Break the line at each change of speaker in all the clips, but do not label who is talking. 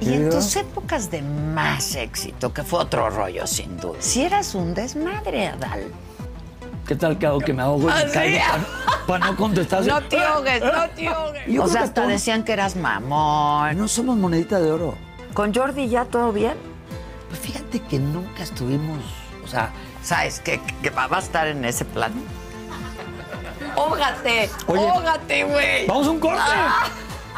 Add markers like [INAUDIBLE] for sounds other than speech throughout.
Y en tus épocas de más éxito, que fue otro rollo sin duda, si eras un desmadre, Adal.
¿Qué tal que hago que me ahogo y me caigo para, para no contestar?
Ah, No te ahogues, Pues no te ahogues.
Yo
O
creo
sea,
que
hasta
todo-
decían que eras mamón.
No somos monedita de oro.
¿Con Jordi ya todo bien? Pues fíjate que nunca estuvimos. O sea, ¿sabes qué? Que va va a estar en ese plan. ¡Ógate!
Oye.
¡Ógate, güey!
¡Vamos a un corte!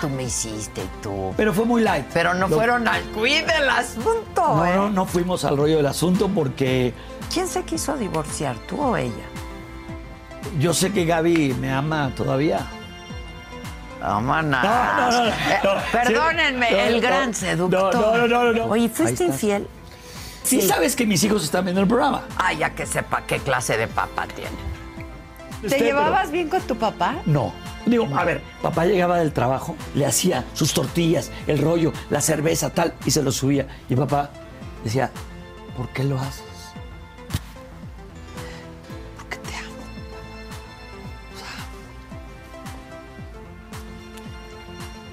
Tú me hiciste y tú.
Pero fue muy light.
Ah. Pero no
Lo-
fueron al quid del asunto,
No,
¿eh?
no, no fuimos al rollo del asunto porque
¿Quién se quiso divorciar, tú o ella?
yo sé que Gaby me ama todavía.
Vámonos.
No, no, no, no.
Eh,
No,
perdónenme,
sí. No,
el
no,
gran
no,
seductor.
no, no, no, no, no.
Oye,
Ahí
¿fuiste
estás.
infiel?
Sí, sabes que mis hijos están viendo el programa.
Ah, ya que sepa qué clase de papá tiene.
¿Te
Usted, pero-
llevabas bien con tu papá?
No. Digo, a ver, papá llegaba del trabajo, le hacía sus tortillas, el rollo, la cerveza, tal, y se lo subía. Y papá decía, ¿por qué lo haces? Porque te amo. papá". O sea,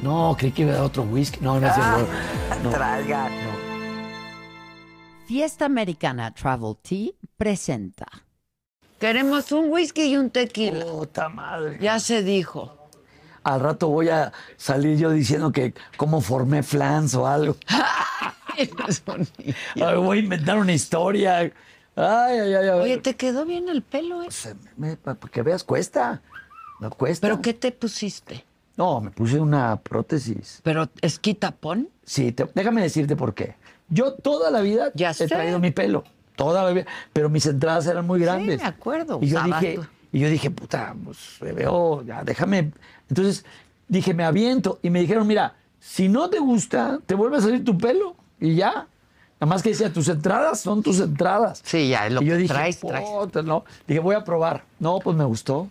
No, creí que iba a dar otro whisky. No, no es cierto.
Ah,
No.
Traiga.
no.
Fiesta Americana Travel Tea presenta.
Queremos un whisky y un tequila.
Puta madre.
Ya se dijo.
Al rato voy a salir yo diciendo que cómo formé flans o algo. Ay, voy a inventar una historia. Ay, ay, ay. a ver.
Oye, te quedó bien el pelo, ¿eh?
Se- me- pa- para que veas, cuesta. No cuesta.
¿Pero qué te pusiste?
No, me puse una prótesis.
¿Pero es quitapón?
Sí, te- déjame decirte por qué. Yo toda la vida
Ya
he
sé.
traído mi pelo. Toda la vida. Pero mis entradas eran muy grandes.
me acuerdo,
Y yo,
usabas
dije,
tú.
y yo dije, puta, pues me veo, ya, déjame. Entonces dije, me aviento. Y me dijeron, mira, si no te gusta, te vuelve a salir tu pelo. Y ya. Nada más que decía, tus entradas son tus entradas.
Sí, ya, es lo
y yo
que
dije,
traes, traes.
"Puta, no. Dije, voy a probar. No, pues me gustó.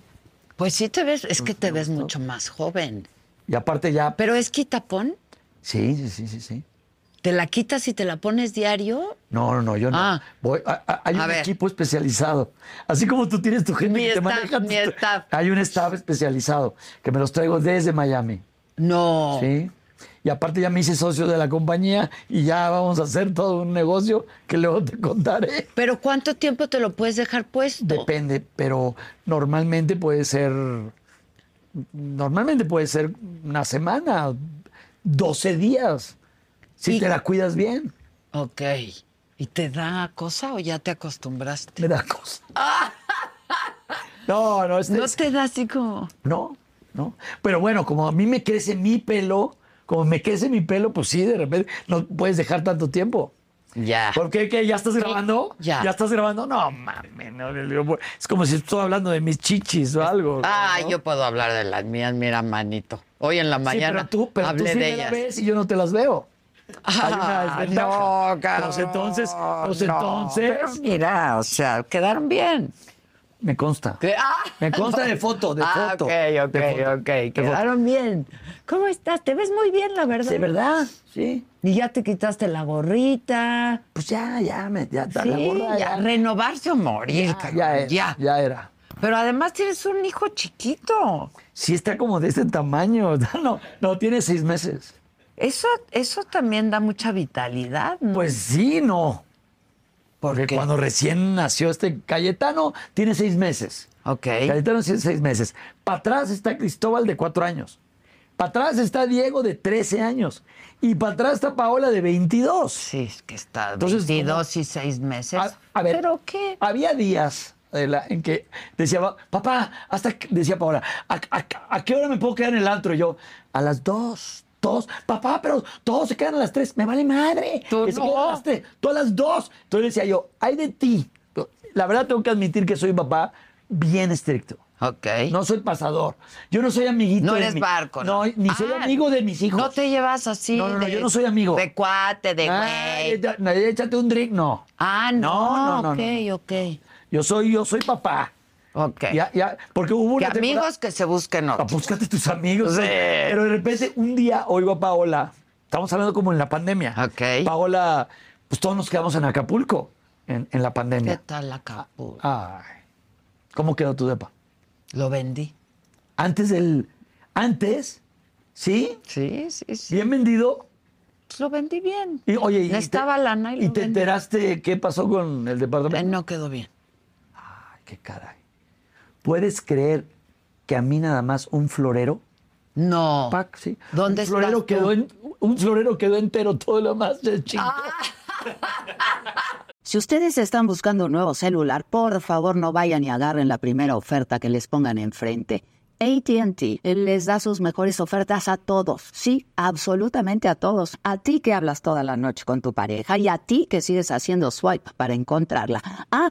Pues sí te ves, es que te ves mucho más joven.
Y aparte ya.
¿Pero es quitapón?
Sí, sí, sí, sí, sí.
¿Te la quitas y te la pones diario?
No, no, no, yo no.
Ah.
Voy- a- a- hay
A
un
ver.
equipo especializado. Así como tú tienes tu gente
Mi
que te
staff,
maneja.
mi
tu-
staff.
Hay un staff especializado que me los traigo desde Miami.
No.
Sí. Y aparte ya me hice socio de la compañía y ya vamos a hacer todo un negocio que luego te contaré.
¿Pero cuánto tiempo te lo puedes dejar puesto?
Depende, pero normalmente puede ser. Normalmente puede ser una semana, 12 días, si
Y-
te la cuidas bien.
Ok. ¿Y te da cosa o ya te acostumbraste?
Me da
[LAUGHS]
cosa. No, no, este-
Ah. No te da así como...
no, no. Pero bueno, como a mí me crece mi pelo, como me crece mi pelo, pues sí, de repente no puedes dejar tanto tiempo.
Ya.
¿Por qué? ¿Qué? ¿Ya estás grabando?
Ya.
estás grabando? No, mames. no, yo- es como si estoy hablando de mis chichis o algo.
Ah,
¿no?
yo puedo hablar de las mías, mira, manito. Hoy en la mañana
sí, pero tú, pero tú
hablé
sí
de
me la
ellas.
ves y yo no te las veo. Hay una
Ah,
desventaja.
no, cabrón,
Pues entonces, pues
no.
entonces.
Pero mira, o sea, quedaron bien.
Me consta.
Que- ah,
Me consta de foto, de
ah,
foto.
Ok, ok,
de foto,
ok.
de foto.
Quedaron bien. ¿Cómo estás? Te ves muy bien, la verdad.
De verdad, sí.
Y ya te quitaste la gorrita.
Pues ya, ya, me, ya,
Sí,
la gorda,
ya. Renovarse o morir,
ya,
cabrón,
ya era,
ya.
ya era.
Pero además tienes un hijo chiquito.
Sí está como de este tamaño. [LAUGHS] No, no, tiene seis meses.
Eso, eso también da mucha vitalidad. ¿no?
Pues sí, no. Porque
qué?
cuando recién nació este Cayetano, tiene seis meses.
Ok.
Cayetano tiene seis meses. Para atrás está Cristóbal de cuatro años. Para atrás está Diego de 13 años. Y para atrás está Paola de 22.
Sí, es que está
Entonces,
22 y 6 meses.
A, a ver,
¿Pero qué?
Había días Adela, en que decía, "Va- papá, hasta que-", decía Paola, ¿a, a, a qué hora me puedo quedar en el antro? Y yo, a las dos, dos, papá, pero todos se quedan a las tres, me vale madre.
Tú
que se
no.
queden a las tres, tú a las dos. Entonces decía yo, ay de ti. La verdad tengo que admitir que soy un papá bien estricto.
Ok.
No soy pasador. Yo no soy amiguito.
No
de
eres
mi-
barco.
No, ni soy
Ah,
amigo de mis hijos.
No te llevas así.
No, no, no,
de-
yo no soy amigo.
De cuate, de
Ay,
güey.
da- nadie, échate un drink, no.
Ah, no,
No, no, no,
ok,
no.
ok.
Yo soy, yo soy papá.
Ok.
Ya, ya, porque hubo
Que
una temporada-
amigos que se busquen
Ah,
otros.
Búscate tus amigos.
Sí.
¿no? Pero de repente un día oigo a Paola, estamos hablando como en la pandemia.
Ok.
Paola, pues todos nos quedamos en Acapulco en, en la
¿Qué
pandemia.
tal Acapulco?
Ay, ¿cómo quedó tu depa?
Lo vendí.
Antes del, antes, ¿sí?
Sí, sí, sí.
Bien vendido.
Pues Lo vendí bien.
Y, oye, y te-
Necesitaba lana y lo
te
vendí.
enteraste qué pasó con el
Eh,
departamento.
No quedó bien.
Ay, qué caray. ¿Puedes creer que a mí nada más un florero
No.
Pac, sí.
¿Dónde
un florero
estás tú?
quedó en- un florero quedó entero todo lo más de chingo.
Si ustedes están buscando un nuevo celular, por favor no vayan y agarren la primera oferta que les pongan enfrente. ATT eh, les da sus mejores ofertas a todos, sí, absolutamente a todos. A ti que hablas toda la noche con tu pareja y a ti que sigues haciendo swipe para encontrarla. Ah,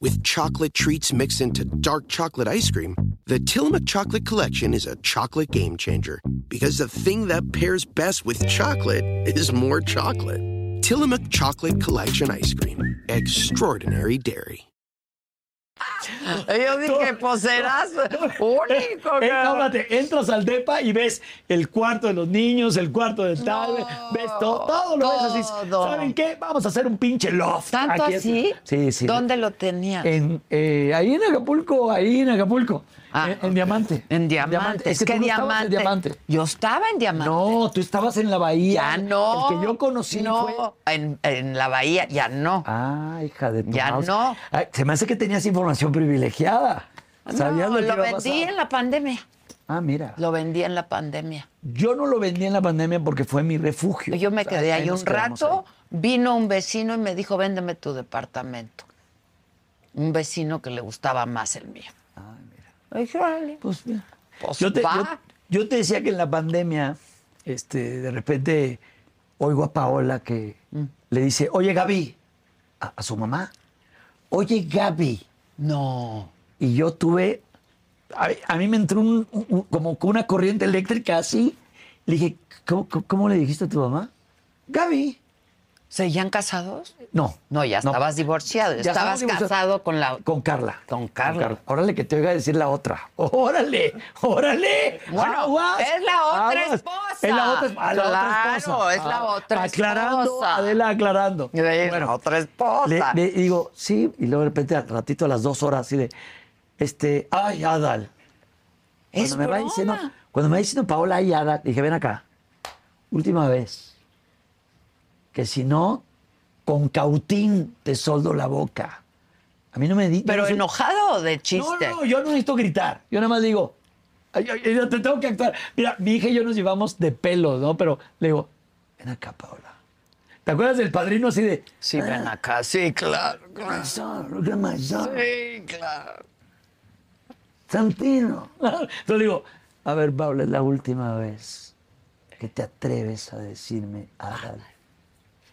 With chocolate treats mixed into dark chocolate ice cream, the Tillamook Chocolate Collection is a chocolate game changer. Because the thing that pairs best with chocolate is more chocolate. Tillamook Chocolate Collection Ice Cream. Extraordinary Dairy.
Y Yo dije, pues serás único.
Eh,
cabrón.
no, espérate, entras al depa y ves el cuarto de los niños, el cuarto de tal, ves todo, todo lo ves así.
todo.
¿Saben qué? Vamos a hacer un pinche loft.
¿Tanto
Aquí es-
así?
Sí, sí.
¿Dónde lo tenías?
En, eh, ahí en Acapulco, ahí en Acapulco.
Ah,
en, en
ok.
Diamante.
En diamante.
Es que, tú no estabas en Diamante.
Yo estaba en diamante.
No, tú estabas en la bahía.
ya no.
El que yo conocí
no.
fue
En, en la bahía, ya no.
Ah, hija de tu
Ya
mouse.
no.
Ay, se me hace que tenías información privilegiada. Sabías
No,
lo que
lo
iba a
vendí
pasar.
en la pandemia.
Ah, mira.
Lo vendí en la pandemia.
Yo no lo vendí en la pandemia porque fue mi refugio.
Pues Yo me
O sea,
quedé ahí
Pues, nos
un
quedamos
rato, vino un vecino y me dijo, véndeme tu departamento. Un vecino que le gustaba más el mío. Ay, dije, "Órale".
ahí. Pues, mira.
Pues
yo, te,
va.
yo- yo te decía que en la pandemia, este, de repente oigo a Paola que
Mm.
le dice, oye Gaby, a, a su mamá, oye Gaby.
No.
y yo tuve, a, a mí me entró un- un- un- como con una corriente eléctrica así. Le dije, ¿cómo, cómo- cómo le dijiste a tu mamá? Gaby.
¿Seguían casados?
No.
No, ya estabas divorciado.
Ya
estabas
estábamos divorciados.
casado con la...
Con Carla.
Con Carla.
Órale, que te oiga decir la otra. Órale, órale.
Bueno,
Aguas,
es la otra
aguas.
esposa.
Es la otra, a la otra
Claro,
esposa.
es la
Ah,
otra
aclarando,
esposa.
Adela, aclarando.
Bueno, otra
Le,
esposa.
le digo, sí, y luego de repente al ratito a las dos horas así de, este, ay, Adal.
Es
Cuando me, va
broma.
diciendo, cuando me va diciendo Paola ay, Adal, dije, ven acá, última vez, que si no, con cautín te soldo la boca. A mí no me di...
Pero
yo no soy-
enojado o de chiste.
No, no, yo no necesito gritar, yo nada más digo, ay, ay, ay, te tengo que actuar. Mira, mi hija y yo nos llevamos de pelos, ¿no? Pero le digo, ven acá, Paola. ¿Te acuerdas del padrino así de...
Sí, ven acá. Sí, claro. claro.
"Son, look at my son"?
Sí, claro.
Santino. [LAUGHS] Entonces digo, a ver, Paula, es la última vez que te atreves a decirme Adal.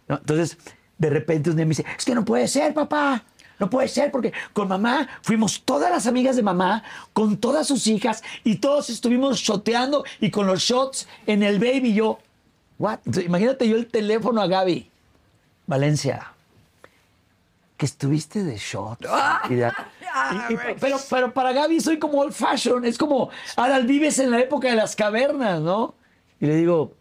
No, entonces, de repente un día me dice, es que no puede ser, papá. no puede ser, porque con mamá fuimos todas las amigas de mamá, con todas sus hijas, y todos estuvimos shoteando y con los shots en el baby. Y yo, ¿what? Entonces, imagínate yo el teléfono a Gaby, Valencia, que estuviste de shots. y de- y- y- pero, pero para Gaby soy como old fashion, es como, ahora vives en la época de las cavernas, ¿no? Y le digo,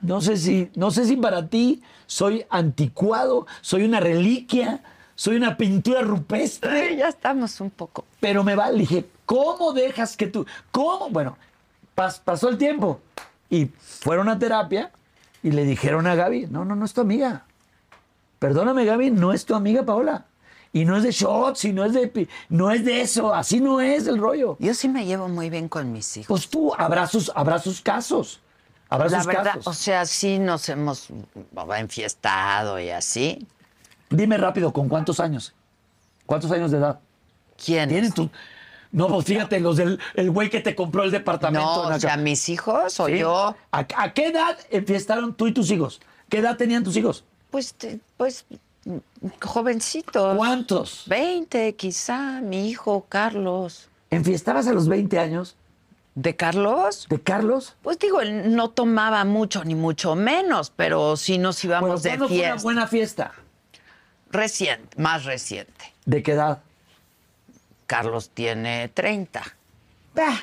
no sé si, no sé si para ti soy anticuado, soy una reliquia, soy una pintura rupestre,
Ya estamos un poco.
pero me vale. Dije, ¿cómo dejas que tú? ¿Cómo? Bueno, pas- pasó el tiempo y fueron a terapia y le dijeron a Gaby, no, no, no es tu amiga. Perdóname, Gaby, no es tu amiga Paola. Y no es de shots, y no es de, pi- no es de eso, así no es el rollo.
Yo sí me llevo muy bien con mis hijos.
Pues tú, habrá sus, habrá sus casos. Habrá
La
sus
verdad,
casos.
o sea, sí nos hemos enfiestado y así.
Dime rápido, ¿con cuántos años? ¿Cuántos años de edad?
¿Quién?
¿Tienes tú? No, pues fíjate, los del el güey que te compró el departamento.
No, o
Nacho.
sea, mis hijos o
Sí.
yo,
¿A, a qué edad empezaron tú y tus hijos? ¿Qué edad tenían tus hijos?
pues, te- pues, mm, jovencitos.
¿Cuántos?
20, quizá, mi hijo Carlos.
¿Enfiestabas a los 20 años
¿De Carlos?
de Carlos?
Pues digo, él no tomaba mucho ni mucho menos, pero sí nos íbamos
Bueno,
de
¿cuándo fue
fiesta.
una buena fiesta?
Reciente, más reciente.
¿De qué edad?
Carlos tiene 30.
Bah,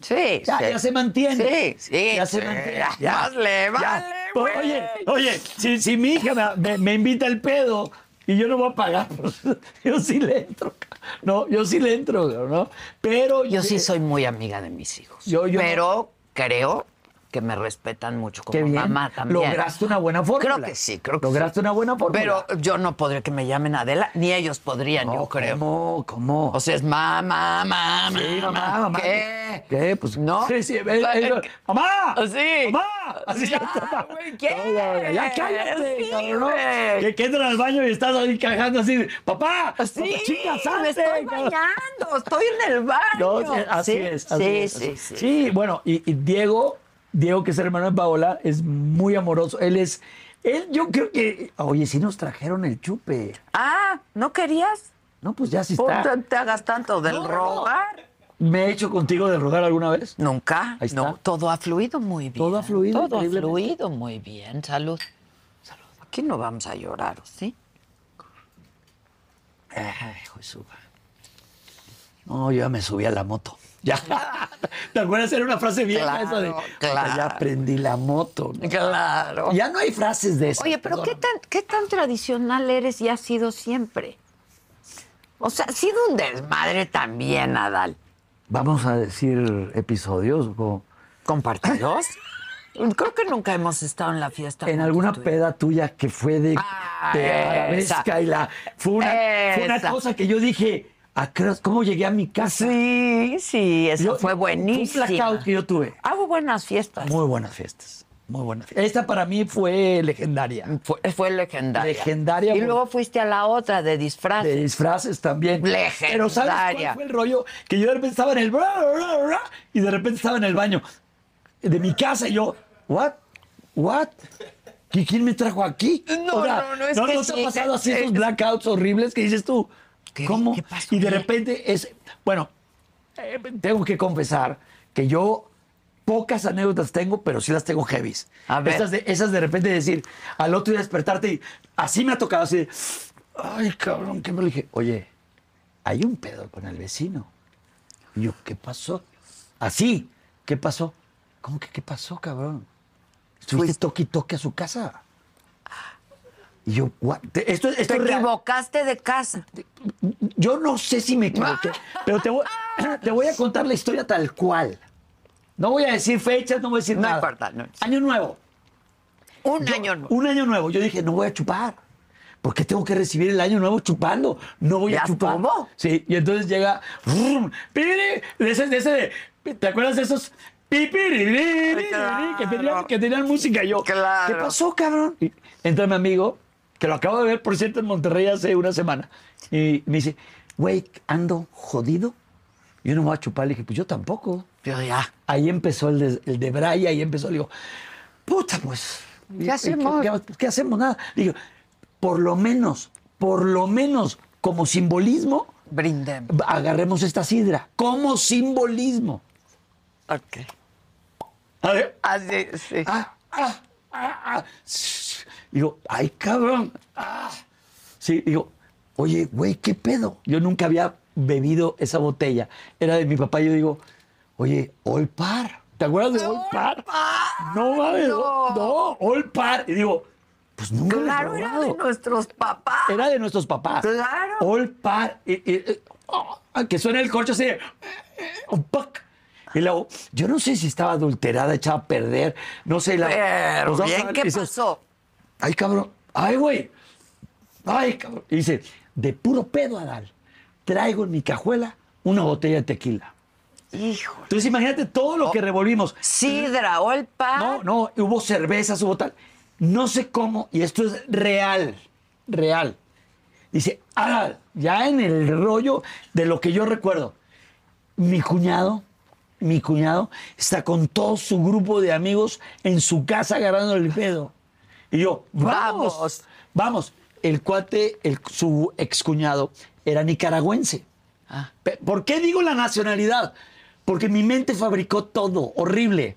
Sí,
ya,
sí.
ya se mantiene.
Sí, sí.
Ya se
sí.
mantiene. Ya.
Ya. Más le
Ya.
vale,
Pues,
güey.
Oye, oye, si, si mi hija me, me- me invita el pedo y yo no voy a pagar, pues, [LAUGHS] yo sí le entro. ca- No, yo sí le entro, cabrón, ¿no? Pero
Yo sí soy muy amiga de mis hijos.
Yo- yo no-
pero creo que me respetan mucho como
Qué bien.
mamá también.
Lograste una buena fórmula.
Creo que sí, creo que
Lograste
sí.
una buena fórmula.
Pero yo no podría que me llamen Adela, ni ellos podrían,
No,
yo creo.
¿Cómo? ¿Cómo?
O sea, es mamá, mamá,
Sí, mamá,
mamá,
mamá.
¿Qué?
¿Qué? Pues
No.
Sí, sí, ve- ve-
Eh,
¡Mamá!
Sí.
¡Mamá! Así
[LAUGHS] Ya,
está, mamá.
güey, ¿qué?
No, ya, ya, cállate,
Sí,
cabrón.
güey.
Que, que entran al baño y estás ahí cagando así. ¡Papá!
Sí,
papá, pues, ¡Chinga,
me
salte!
estoy
cabrón.
bañando, estoy en el baño.
No, sí, así
Sí,
es. así
sí,
es,
sí,
así-
sí.
Sí, bueno, y, y Diego, Diego, que es el hermano de Paola, es muy amoroso. Él es. Él, yo creo que. Oye, sí nos trajeron el chupe.
Ah, ¿no querías?
No, pues ya sí
Puta,
está.
No te hagas tanto del
No, no, no.
rogar.
¿Me he hecho contigo de rogar alguna vez?
Nunca.
Ahí está.
No, todo ha fluido muy bien.
Todo ha fluido
Todo ha
increíblemente.
fluido muy bien. Salud. Salud. Aquí no vamos a llorar, ¿o ¿sí?
Ay, hijo de su- No, yo ya me subí a la moto. Ya. ¿Te acuerdas? Era una frase vieja
Claro,
esa de.
claro.
Ya aprendí la moto. ¿no?
Claro.
Ya no hay frases de eso.
Oye, pero ¿qué tan, ¿qué tan tradicional eres y has sido siempre? O sea, ha sido un desmadre también, Adal.
Vamos a decir episodios. o-
¿Compartidos? [LAUGHS] Creo que nunca hemos estado en la fiesta.
En alguna
juntos tú y yo.
peda tuya que fue de,
Ah,
de
esa.
arabesca y la. Fue una, fue una
Esa.
cosa que yo dije, ¿a qué horas- ¿cómo llegué a mi casa?
Sí, sí, eso
Yo-
fue buenísimo.
Un blackout que yo tuve.
Hago buenas fiestas.
Muy buenas fiestas. Muy buenas fiestas. Esta para mí fue legendaria.
Fue, fue legendaria.
Legendaria,
Y
por-
luego fuiste a la otra de disfraz.
de disfraces también.
Legendaria.
Pero ¿sabes cuál fue el rollo? Que yo de repente estaba en el... bra, bra, bra, y de repente estaba en el baño de mi casa y yo, ¿what? ¿What? ¿Qui- ¿Quién me trajo aquí?
No, no, no, es
¿No,
que
no te
sí,
ha pasado así
es-
esos blackouts horribles que dices tú?
¿Qué-
¿Cómo?
qué pasó?
y de repente es... Bueno, eh, tengo que confesar que yo pocas anécdotas tengo, pero sí las tengo heavies.
A ver.
Esas de, esas de repente decir, al otro día despertarte y así me ha tocado, así de, ay, cabrón, ¿qué me dije? Oye, hay un pedo con el vecino. Y yo, ¿qué pasó? Así, ¿qué pasó? ¿Cómo que qué pasó, cabrón? Estuviste toque y toque a su casa. Y yo, "What?" Te- esto, esto
Te
es real.
equivocaste de casa.
Yo no sé si me equivoqué,
Ah.
pero te voy, [CLEARS THROAT] te voy a contar la historia tal cual. No voy a decir fechas, no voy a decir
No
nada.
importa, no.
Año nuevo.
Un año nuevo.
Un año nuevo. Yo dije, no voy a chupar. Porque tengo que recibir el año nuevo chupando. No voy
¿Ya
a chupar.
estuvo?
Sí, y entonces llega. ¡rum! ¡Piri! De ese, de ese de- ¿Te acuerdas de esos? ¡Pipiriri!
Claro.
Que, tenían, que tenían música Y yo.
Claro.
¿Qué pasó, cabrón? Y entra mi amigo, que lo acabo de ver, por cierto, en Monterrey hace una semana. Y me dice, güey, ando jodido. Yo no me voy a chupar. Le dije, pues yo tampoco.
Yo ya.
Ahí empezó el de, el de Braya, ahí empezó. Le digo, puta, pues. ¿Qué
hacemos?
¿Qué, qué hacemos? Nada. Le digo, por lo menos, por lo menos como simbolismo,
Brindemos.
agarremos esta sidra. Como simbolismo.
Ok.
A ver,
Así, sí.
ah, ah, ah, ah. Digo, ay, cabrón. ah. Sí, digo, oye, güey, ¿qué pedo? Yo nunca había bebido esa botella. Era de mi papá. Yo digo, oye, All Par. ¿Te acuerdas de All Par? No mames, no, All Par. Y digo, pues nunca la he
Claro, era de
probado.
nuestros papás.
Era de nuestros papás.
Claro.
All par. y- y- y- oh, que suena el corcho así. de, eh, eh, Un puck. Y luego, yo no sé si estaba adulterada, echada a perder. No sé. La,
Pero
nos vamos a
bien,
ver,
¿qué
y dices,
pasó?
Ay, cabrón. Ay, güey. Ay, cabrón. Y dice, de puro pedo, Adal, traigo en mi cajuela una botella de tequila.
Hijo.
Entonces imagínate todo
Oh.
lo que revolvimos.
Sidra, o el pan.
No, no, hubo cervezas, hubo tal. No sé cómo, y esto es real, real. Dice, ah, ya en el rollo de lo que yo recuerdo, mi cuñado, mi cuñado está con todo su grupo de amigos en su casa agarrando el pedo. Y yo, vamos,
Vamos.
vamos. El cuate, el- su excuñado, era nicaragüense. Pe- ¿Por qué digo la nacionalidad? Porque mi mente fabricó todo, horrible.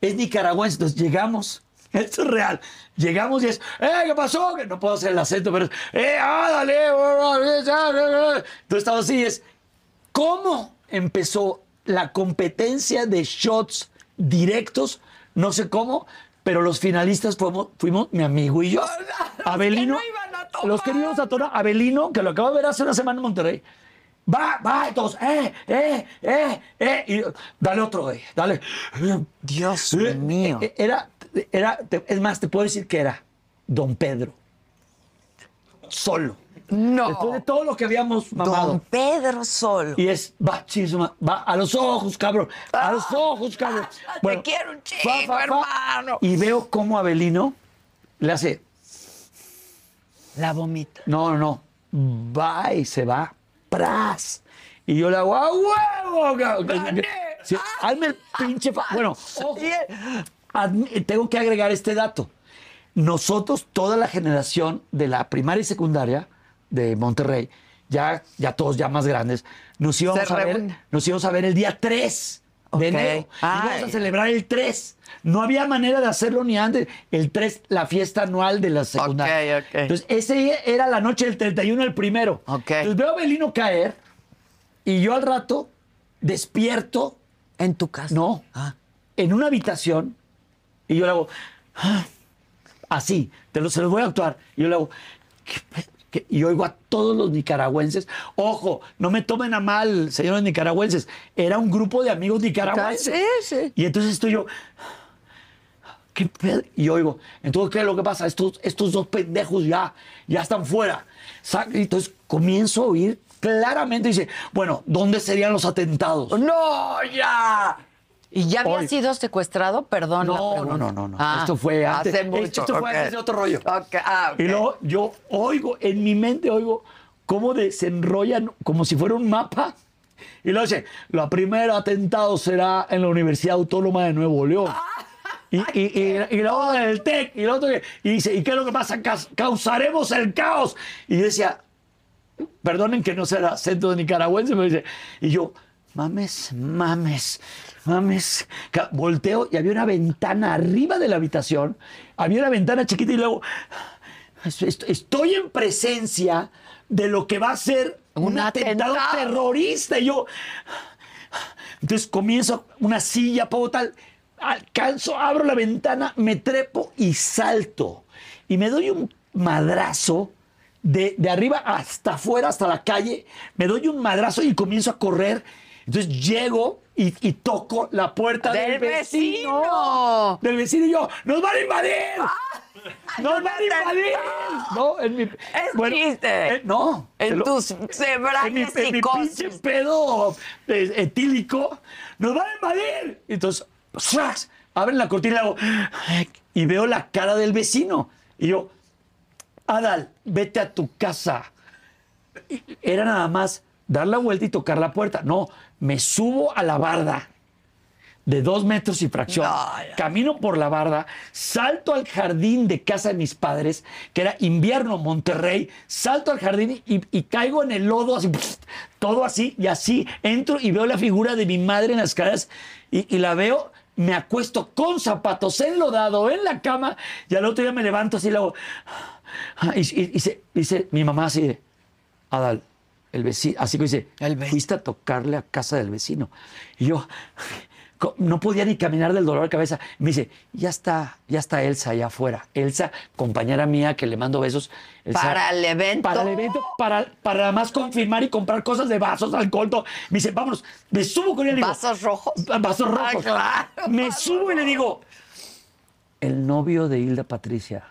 Es nicaragüense, entonces llegamos. [LAUGHS] Esto es real. Llegamos y es, ¡eh, qué pasó! Que no puedo hacer el acento, pero es, ¡eh, ah, dale! bla, bla, bla, bla, bla". Entonces estaba así, es, ¿Cómo empezó la competencia de shots directos? No sé cómo, pero los finalistas fuimos, fuimos mi amigo y yo. Abelino.
no iban a tomar.
Los que no íbamos a tomar, Abelino, que lo acabo de ver hace una semana en Monterrey. Va, va, todos, eh, eh, eh, eh. Y yo, dale otro, güey, dale.
Dios
Eh,
mío.
eh, Era, era, te- es más, te puedo decir que era Don Pedro. Solo.
No.
Después de todo lo que habíamos mamado.
Don Pedro solo.
Y es, va, chisma, va, a los ojos, cabrón, a los ojos, cabrón.
Ah, te quiero un chingo, hermano.
Y veo cómo Abelino le hace,
La vomita.
no, no, no, va y se va, pras. Y yo le hago, ¡a huevo, cabrón! Sí,
Ah,
hazme el pinche... fa-". Bueno, ojo, admi- tengo que agregar este dato. Nosotros, toda la generación de la primaria y secundaria de Monterrey, ya, ya todos ya más grandes, nos íbamos,
Se
a ver,
reúnen.
nos íbamos a ver el día 3 de
Ok. Ah.
enero.
Ay.
Íbamos a celebrar el 3. No había manera de hacerlo ni antes. El 3, la fiesta anual de la secundaria.
Ok, ok.
Entonces, ese era la noche del 31 al primero.
Ok.
Entonces, veo a Belino caer y yo al rato despierto
En tu casa. Ah.
no. En una habitación. Y yo le hago. "Ah", Así. Te lo, se los voy a actuar. Y yo le hago. "¿Qué pe- qué?". Y oigo a todos los nicaragüenses. Ojo, no me tomen a mal, señores nicaragüenses. Era un grupo de amigos nicaragüenses.
Ah, Sí, sí.
Y entonces estoy yo. ¿Qué pedo? Y oigo, entonces, ¿qué es lo que pasa? Estos, estos dos pendejos ya, ya están fuera. Sa- y Entonces comienzo a oír claramente, dice, bueno, ¿dónde serían los atentados?
¡No, ya! ¿Y ya había
Hoy.
sido secuestrado? Perdón. la
No,
pregunta.
no, no, no, no.
Ah,
Esto fue antes.
Hace mucho.
Esto fue
ok.
antes de otro rollo.
Ok, ah, ok.
Y luego yo oigo, en mi mente oigo cómo desenrollan como si fuera un mapa. Y luego dice, la primera atentado será en la Universidad Autónoma de Nuevo León. Y, y, y, y luego en el TEC. Y, luego otro que- y dice, ¿y qué es lo que pasa? Cas- Causaremos el caos. Y yo decía, perdonen que no sea el acento nicaragüense, pero dice, y yo, mames, mames, mames. Ca- Volteo y había una ventana arriba de la habitación, había una ventana chiquita y luego, "Est- est- estoy en presencia de lo que va a ser un,
Un
atentado,
atentado.
terrorista. Y yo, entonces comienzo una silla, pongo tal, alcanzo, abro la ventana, me trepo y salto. Y me doy un madrazo de, de arriba hasta afuera, hasta la calle. Me doy un madrazo y comienzo a correr. Entonces llego y, y toco la puerta
¡Del
del, vecino.
vecino!
Del vecino y yo, ¡nos van a invadir! ¡Nos van a invadir! No, en mi...
Es chiste.
eh, no. ¡Ah! te
En
lo-
tus cebrales
en mi, en mi pinche
psicosis.
pedo eh, etílico, nos van a invadir. Entonces, ¡zas! abren la cortina y hago, "Ay", y veo la cara del vecino. Y yo, Adal, vete a tu casa. Y Era nada más dar la vuelta y tocar la puerta. No, me subo a la barda de dos metros y fracción. Camino por la barda, salto al jardín de casa de mis padres, que era invierno, Monterrey, salto al jardín y, y caigo en el lodo, así, todo así, y así entro y veo la figura de mi madre en las escaleras y, y la veo. Me acuesto con zapatos enlodado en la cama y al otro día me levanto así y le hago. Y, y- y se- dice mi mamá así de, Adal, el vecino, así que dice, fuiste a tocarle a casa del vecino. Y yo [LAUGHS] co- no podía ni caminar del dolor de cabeza. Me dice, ya está, ya está Elsa allá afuera. Elsa, compañera mía que le mando besos. Elsa,
Para el evento.
Para el evento, para, para nada más confirmar y comprar cosas de vasos, alcohol. todo. Me dice, vámonos. Me subo con él y le digo,
¿Vasos rojos?
vasos
Ah,
rojos.
claro.
Me subo y le digo, el novio de Hilda Patricia,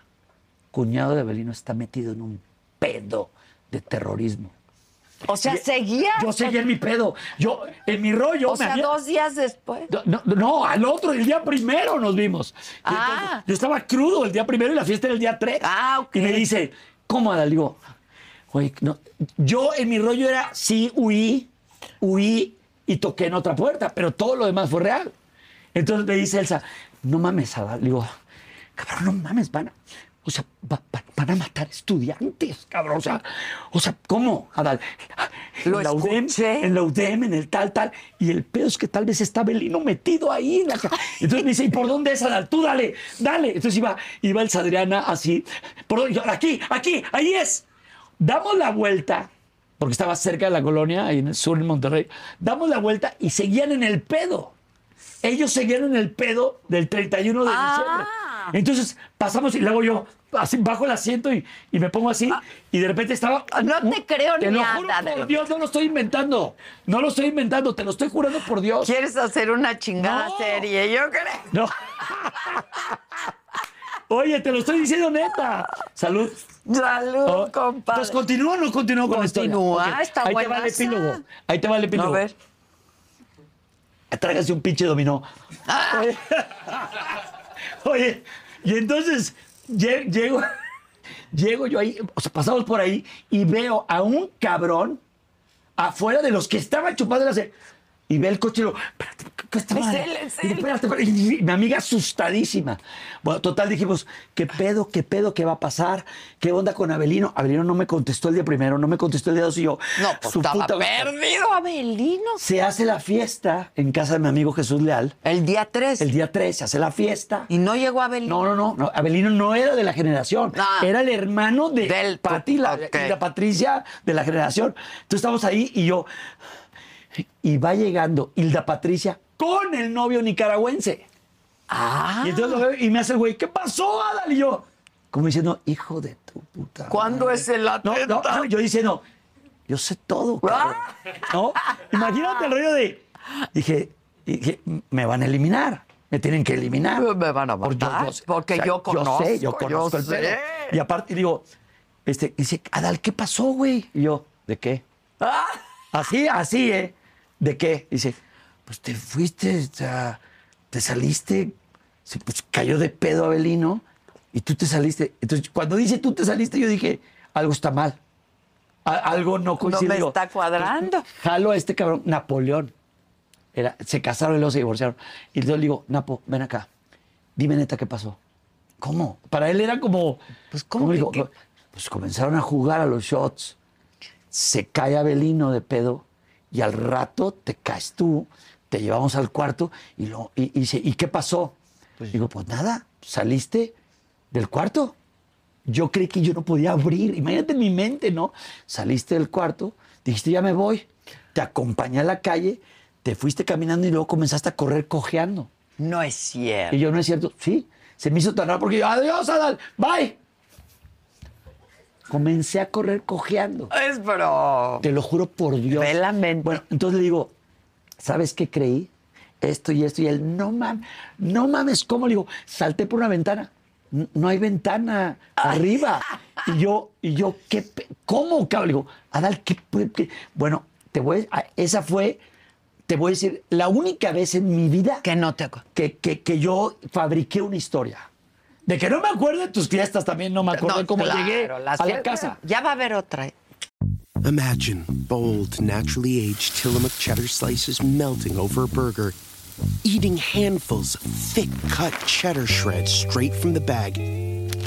cuñado de Belino, está metido en un pedo de terrorismo.
O sea, seguía.
Yo seguía en mi pedo. Yo, en mi rollo.
o
me
sea,
había-
dos días después.
No, no, no, al otro, el día primero nos vimos. Y
Ah.
entonces, yo estaba crudo el día primero y la fiesta era el día 3.
Ah, ok.
Y me dice, ¿cómo, Adal? Digo, güey, no. yo en mi rollo era, sí, huí, huí y toqué en otra puerta, pero todo lo demás fue real. Entonces me dice Elsa, no mames, Adal. Digo, cabrón, no mames, van a, o sea, va- va- van a matar estudiantes, cabrón. O sea, o sea ¿cómo, Adal?
Lo
en la UDEM,
escuché.
en la UDEM, en el tal, tal. Y el pedo es que tal vez está Belino metido ahí. en la ca- Entonces me dice, ¿y por dónde es Adal? Tú dale, dale. Entonces iba, iba el Sadriana así. Por, dónde? Y yo, aquí, aquí, ahí es. Damos la vuelta, porque estaba cerca de la colonia, ahí en el sur de Monterrey. Damos la vuelta y seguían en el pedo. Ellos seguían en el pedo del 31 de
Ah.
diciembre. Entonces pasamos y luego yo así bajo el asiento y, y me pongo así y de repente estaba...
Ah. No te creo
Te
ni
lo juro
nada de
por
lo que-
Dios, no lo estoy inventando. No lo estoy inventando, te lo estoy jurando por Dios.
¿Quieres hacer una chingada
No.
serie? Yo creo.
No. Oye, te lo estoy diciendo neta. Salud.
Salud,
Oh,
compadre.
Entonces, ¿continúa o no continúo con esto?
Continúa, está
Ahí te va el
buenaza.
epílogo. Ahí te va el
a
epílogo.
ver.
Trágase un pinche dominó. Oye, Oye, y entonces lle- llego, llego yo ahí, o sea, pasamos por ahí y veo a un cabrón afuera de los que estaban chupando la ce- y ve el coche y lo, espérate, ¿qué- ¿qué está
Es
mal?
él, es
Y,
él.
espérate, espérate. Y mi amiga asustadísima. Bueno, total, dijimos, ¿qué pedo, qué pedo, qué va a pasar? ¿Qué onda con Abelino? Abelino no me contestó el día primero, no me contestó el día dos y yo,
No, pues
su
estaba
puta-
perdido Abelino.
Se hace la fiesta en casa de mi amigo Jesús Leal.
El día 3.
El día 3 se hace la fiesta.
Y no llegó Abelino.
No, no, no, no, Abelino no era de la generación.
Ah.
Era el hermano de
Del-
Pati, la,
ok.
y la Patricia de la generación. Entonces estamos ahí y yo. Y va llegando Hilda Patricia con el novio nicaragüense.
Ah.
Y entonces lo veo y me hace el güey, ¿qué pasó, Adal? Y yo, como diciendo, hijo de tu puta.
¿Cuándo es el
No,
atentado?
no, no, yo diciendo, yo sé todo,
Ah.
cabrón. ¿No? Imagínate el rollo de. Dije, dije, me van a eliminar. Me tienen que eliminar.
Me van a
Por- yo-
matar,
yo sé,
porque yo conozco,
Yo sé, yo
yo
conozco el
sé.
pedo. Y aparte, digo, este, dice, Adal, ¿qué pasó, güey? Y yo,
[LAUGHS]
¿de qué? Así, así, ¿eh? ¿De qué? Dice, pues te fuiste, o sea, te saliste, se pues, cayó de pedo Abelino y tú te saliste. Entonces, cuando dice tú te saliste, yo dije, algo está mal. A- algo no
No
coincide.
me
Digo,
está cuadrando.
jalo a este cabrón, Napoleón. Era- se casaron y luego se divorciaron. Y yo le digo, Napo, ven acá. Dime neta qué pasó. ¿Cómo? Para él era como.
Pues, ¿cómo que
digo?
qué?
Pues comenzaron a jugar a los shots. Se cae Abelino de pedo y al rato te caes tú, te llevamos al cuarto y, lo, y, y dice, ¿y qué pasó? digo, pues nada, saliste del cuarto. Yo creí que yo no podía abrir. Imagínate mi mente, ¿no? Saliste del cuarto, dijiste, ya me voy. Te acompañé a la calle, te fuiste caminando y luego comenzaste a correr cojeando.
No es cierto.
Y yo, no es cierto. Sí, se me hizo tan raro porque yo, adiós, Adal, bye. Comencé a correr cojeando.
Es bro.
Te lo juro por Dios.
Ve la mente.
Bueno, entonces le digo, ¿sabes qué creí? Esto y esto. Y él, no mames, no mames, ¿cómo? Le digo, salté por una ventana. N- No hay ventana
[LAUGHS]
arriba. Y yo, y yo, ¿qué? pe- ¿Cómo, cabrón? Le digo, Adal, ¿qué? pe- qué? Bueno, te voy, a- esa fue, te voy a decir, la única vez en mi vida
Que no te acu-
que, que- que yo fabriqué una historia. De que no me acuerdo de tus fiestas también, no me acuerdo
No,
cómo
claro,
llegué
las
a la
fiestas-
casa.
Ya va a haber otra.
Imagine bold, naturally aged Tillamook cheddar slices melting over a burger eating handfuls of thick cut cheddar shreds straight from the bag,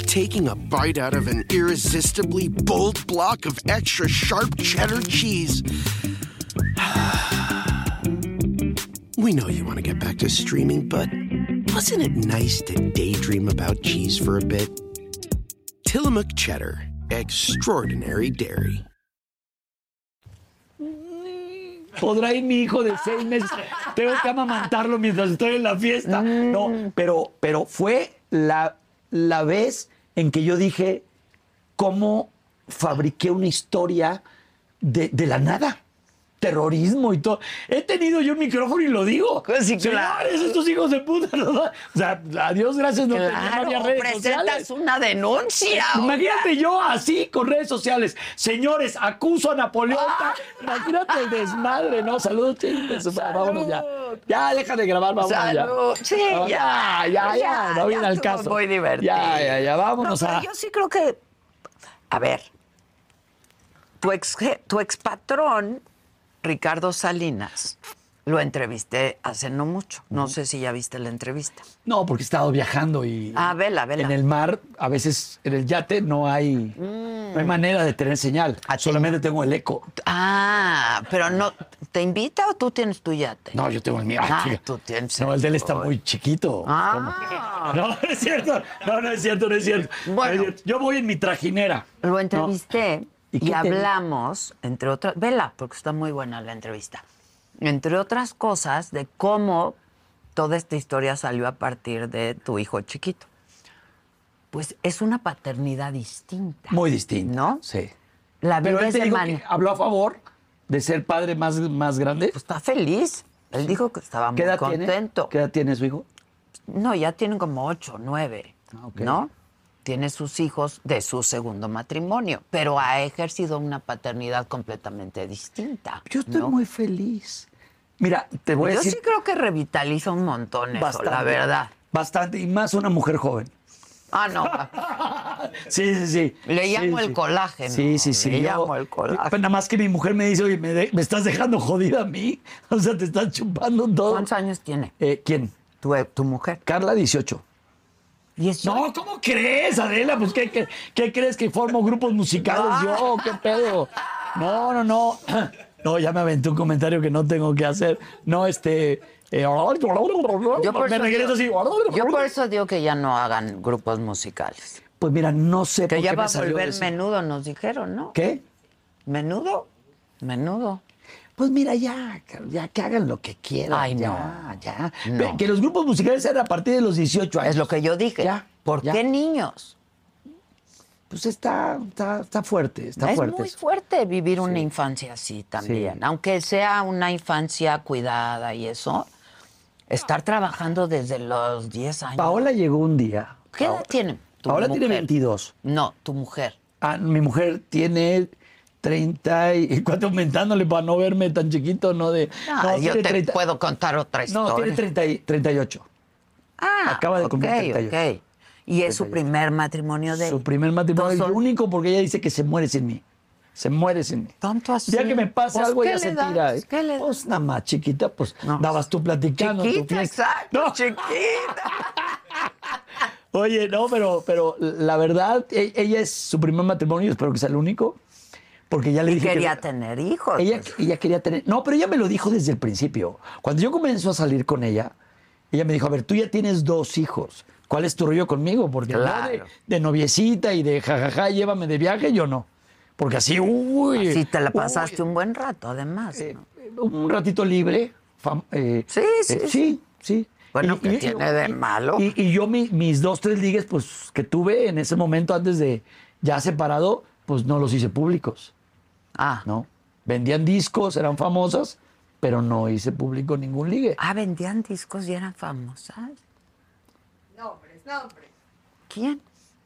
taking a bite out of an irresistibly bold block of extra sharp cheddar cheese. [SIGHS] we know you want to get back to streaming, but wasn't it nice to daydream about cheese for a bit? Tillamook Cheddar, extraordinary dairy.
Podrá ir mi hijo de seis meses. Tengo que amamantarlo mientras estoy en la fiesta.
Mm.
No, pero, pero fue la, la vez en que yo dije cómo fabriqué una historia de, de la nada. Terrorismo y todo. He tenido yo un micrófono y lo digo.
Sí, claro.
Señores, estos hijos de puta. ¿no? O sea, a Dios gracias no, tenía- no había
Claro,
redes
presentas
sociales.
una denuncia.
Imagínate yo así con redes sociales. Señores, acuso a Napoleón.
Ah.
Imagínate el desmadre, ¿no? Saludos, chicos. O sea, Vámonos ya. Ya, deja de grabar, vámonos
Salud.
ya.
Sí, ya,
Ah, ya, ya,
ya,
no viene
ya
al
estuvo
caso.
muy divertido.
Ya, ya, ya, vámonos
No, pero
a.
Yo sí creo que. A ver. Tu ex, tu ex patrón, Ricardo Salinas, lo entrevisté hace no mucho. No sé si ya viste la entrevista.
No, porque he estado viajando y.
Ah, vela, vela.
En el mar, a veces en el yate no hay,
Mm.
no hay manera de tener señal. Solamente tengo el eco.
Ah, pero no. ¿Te invita o tú tienes tu yate?
No, yo tengo el mío.
Ah,
chica.
tú tienes el
No, el de él está
tuyo.
muy chiquito.
Ah.
[LAUGHS] No, no es cierto. No, no es cierto, no es cierto.
Bueno.
No es cierto. Yo voy en mi trajinera.
Lo entrevisté
¿Y qué
y,
te-
hablamos, entre otras, vela, porque está muy buena la entrevista, entre otras cosas de cómo toda esta historia salió a partir de tu hijo chiquito. Pues es una paternidad distinta.
Muy distinto.
¿No?
Sí.
La
Pero
vives
él te
de
dijo
manera-
que habló a favor de ser padre más, más grande.
Pues está feliz. Él dijo que estaba
¿Qué
muy
edad
contento.
tiene? ¿Qué edad tiene su hijo?
No, ya tienen como ocho, nueve,
Ah, ok.
¿no? Tiene sus hijos de su segundo matrimonio, pero ha ejercido una paternidad completamente distinta.
Yo estoy
¿no?
muy feliz. Mira, te voy a
Yo
decir
sí creo que revitaliza un montón eso,
bastante.
la verdad.
Bastante. Y más una mujer joven.
Ah,
[LAUGHS]
no.
Sí, sí, sí.
Le
Sí,
llamo
sí.
el colágeno.
Sí, sí, sí.
Le
Yo-
llamo el colágeno.
Nada más que mi mujer me dice, oye, me, de- me estás dejando jodida a mí. [LAUGHS] O sea, te estás chupando todo.
¿Cuántos años tiene
Eh, ¿Quién?
tu, tu mujer?
Carla, 18. No, ¿cómo crees, Adela? Pues, ¿qué, qué, qué crees que formo grupos musicales
[LAUGHS]
yo? ¿Qué pedo? No, no, no. [CLEARS THROAT] No, ya me aventé un comentario que no tengo que hacer. No, este... eh,
por
me
eso
regreso así.
digo- Yo por eso digo que ya no hagan grupos musicales.
Pues mira, no sé
Que
por
ya
qué
va
me
a
salió
volver
eso.
menudo, nos dijeron, ¿no?
¿Qué?
¿Menudo? Menudo.
Pues mira, ya, ya que hagan lo que quieran.
Ay, no.
ya, ya.
No.
Ve, Que los grupos musicales eran a partir de los 18 años.
Es lo que yo dije.
Ya,
¿Por
ya.
qué niños?
Pues está, está, está fuerte, está
es
fuerte.
muy
eso.
fuerte vivir una infancia así también. Aunque sea una infancia cuidada y eso, estar trabajando desde los 10 años.
Paola llegó un día.
¿Qué edad tiene? tu
Paola tiene
mujer?
22.
No, tu mujer.
Ah, mi mujer tiene 30 y [LAUGHS] cuánto aumentándole para no verme tan chiquito, no de.
Ah,
no,
yo
tiene
te puedo ¿eh? contar otra historia.
No, tiene 30 y- 38.
Ah,
acaba de cumplir
ok,
38.
ok. Y es su primer matrimonio de
Su primer matrimonio,
Dos
el
son-
único porque ella dice que se muere sin mí. Se muere sin mí.
Tanto así.
Ya que me pase
Pues,
algo,
¿qué
ella
le
se
das?
tira. ¿eh?
¿Qué le das?
Pues nada más, chiquita, pues dabas tú platicando. en tu
Chiquita,
fiesta.
exacto,
No,
chiquita.
Oye, no, pero, pero la verdad, e- ella es su primer matrimonio, espero que sea el único, porque ya le dije que-
Quería tener hijos.
Ella,
pues.
ella quería tener. No, pero ella me lo dijo desde el principio. Cuando yo comenzó a salir con ella, ella me dijo: A ver, tú ya tienes dos hijos. ¿Cuál es tu rollo conmigo? Porque no
Claro.
de, de noviecita y de jajaja, llévame de viaje, yo no. Porque así, uy.
Así te la
uy,
pasaste un buen rato, además.
eh,
¿no?
un ratito libre. fam- eh,
Sí, sí,
eh,
sí.
sí, sí.
Bueno, ¿qué tiene de malo?
Y, y yo mi- mis dos, tres ligues, pues, que tuve en ese momento antes de ya separado, pues no los hice públicos.
Ah,
¿no? Vendían discos, eran famosas, pero no hice público ningún ligue.
ah, vendían discos y eran famosas. Nombres, nombres. ¿Quién?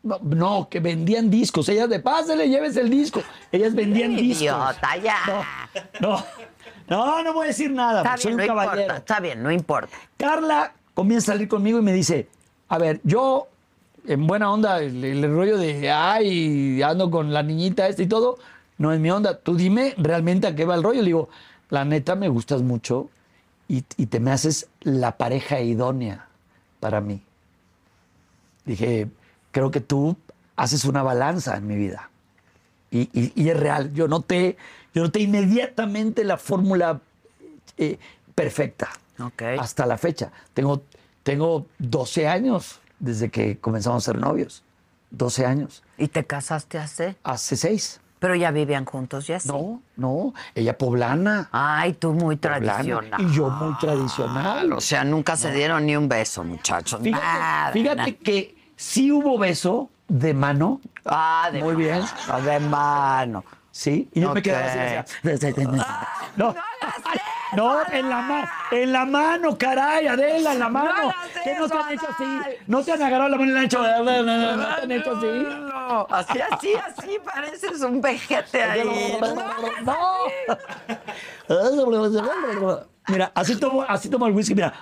No, no, que vendían discos. Ellas de pásale, lleves el disco. Ellas vendían discos.
Idiota, ya.
No, no, no voy a decir nada.
Está
porque soy
bien,
un
no
caballero.
importa, está bien, no importa.
Carla comienza a salir conmigo y me dice, a ver, yo en buena onda, el, el rollo de, ay, ando con la niñita esta y todo, no es mi onda. Tú dime realmente a qué va el rollo. Le digo, la neta, me gustas mucho y, y te me haces la pareja idónea para mí. Dije, creo que tú haces una balanza en mi vida. Y, y- y es real. Yo noté, yo noté inmediatamente la fórmula eh, perfecta.
Ok.
Hasta la fecha. Tengo, tengo 12 años desde que comenzamos a ser novios. 12 años.
¿Y te casaste hace?
Hace 6.
Pero ya vivían juntos, ya sí.
No, no. Ella poblana.
Ay, tú muy
poblana,
tradicional.
Y yo muy tradicional.
O sea, nunca se dieron ni un beso, muchachos.
Fíjate,
Nada,
fíjate
nada.
que sí hubo beso de mano.
Ah, de
Muy bien.
mano, De mano.
Sí, y yo me
Ok.
quedaba así. hacía- [LAUGHS] No, no, en la mano, en la mano, caray, Adela, en la mano.
hagas
¿Qué no te
eso,
han hecho así?
Adal.
No te han agarrado la mano y le han hecho. No te han hecho así.
No, así, así, así, pareces un vejete ahí.
No. Mira, así tomo, así tomo el whisky, mira.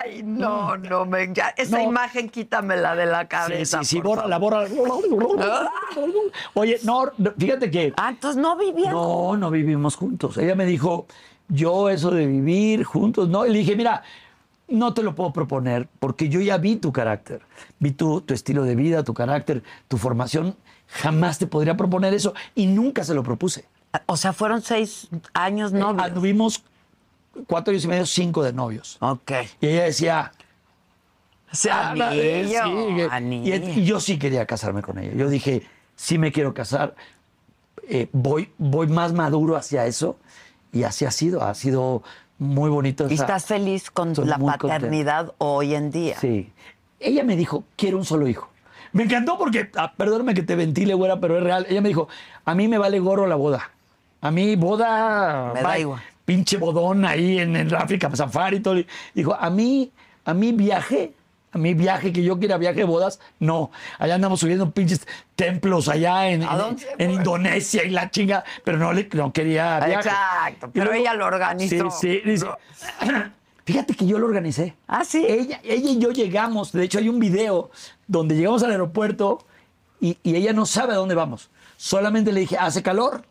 Ay, no, no, me, ya, esa
No.
imagen quítamela de la
Sí,
cabeza.
sí, sí,
por
bórrala, bórrala. Ah. Oye, no, no, fíjate que.
favor. Ah, entonces no vivían.
No, no vivimos juntos. Ella me dijo, yo eso de vivir juntos, no. Y le dije, mira, no te lo puedo proponer porque yo ya vi tu carácter, vi tu, tu estilo de vida, tu carácter, tu formación. Jamás te podría proponer eso y nunca se lo propuse.
O sea, fueron seis años
Eh, ah,
novios.
Anduvimos cuatro años y medio, cinco de novios.
ok. Ah,
Y ella decía,
O sea,
Ana, eh,
anillo,
sí, que-
anillo.
Y, y yo sí quería casarme con ella. Yo dije, sí me quiero casar. eh, voy, voy más maduro hacia eso. Y así ha sido. Ha sido muy bonito.
¿Y
esa-
estás feliz con
estoy
la
muy contento.
paternidad hoy en día?
Sí. Ella me dijo, quiero un solo hijo. Me encantó porque, ah, perdóname que te ventile, güera, pero es real. Ella me dijo, a mí me vale gorro la boda. A mí boda...
Me da igual.
Pinche bodón ahí en, en África, safari y todo. Dijo, a mí, a mí viaje, a mí viaje, que yo quiera viaje de bodas, no. Allá andamos subiendo pinches templos allá en,
¿A
en-
dónde se
en
fue?
Indonesia y la chinga, pero no, le, no quería viaje.
Exacto,
Y
pero
luego-
ella lo organizó.
Sí, sí,
[CLEARS THROAT]
dice, Fíjate que yo lo organicé.
¿Ah, sí?
Ella, ella y yo llegamos, de hecho hay un video donde llegamos al aeropuerto y, y ella no sabe a dónde vamos. Solamente le dije, hace calor,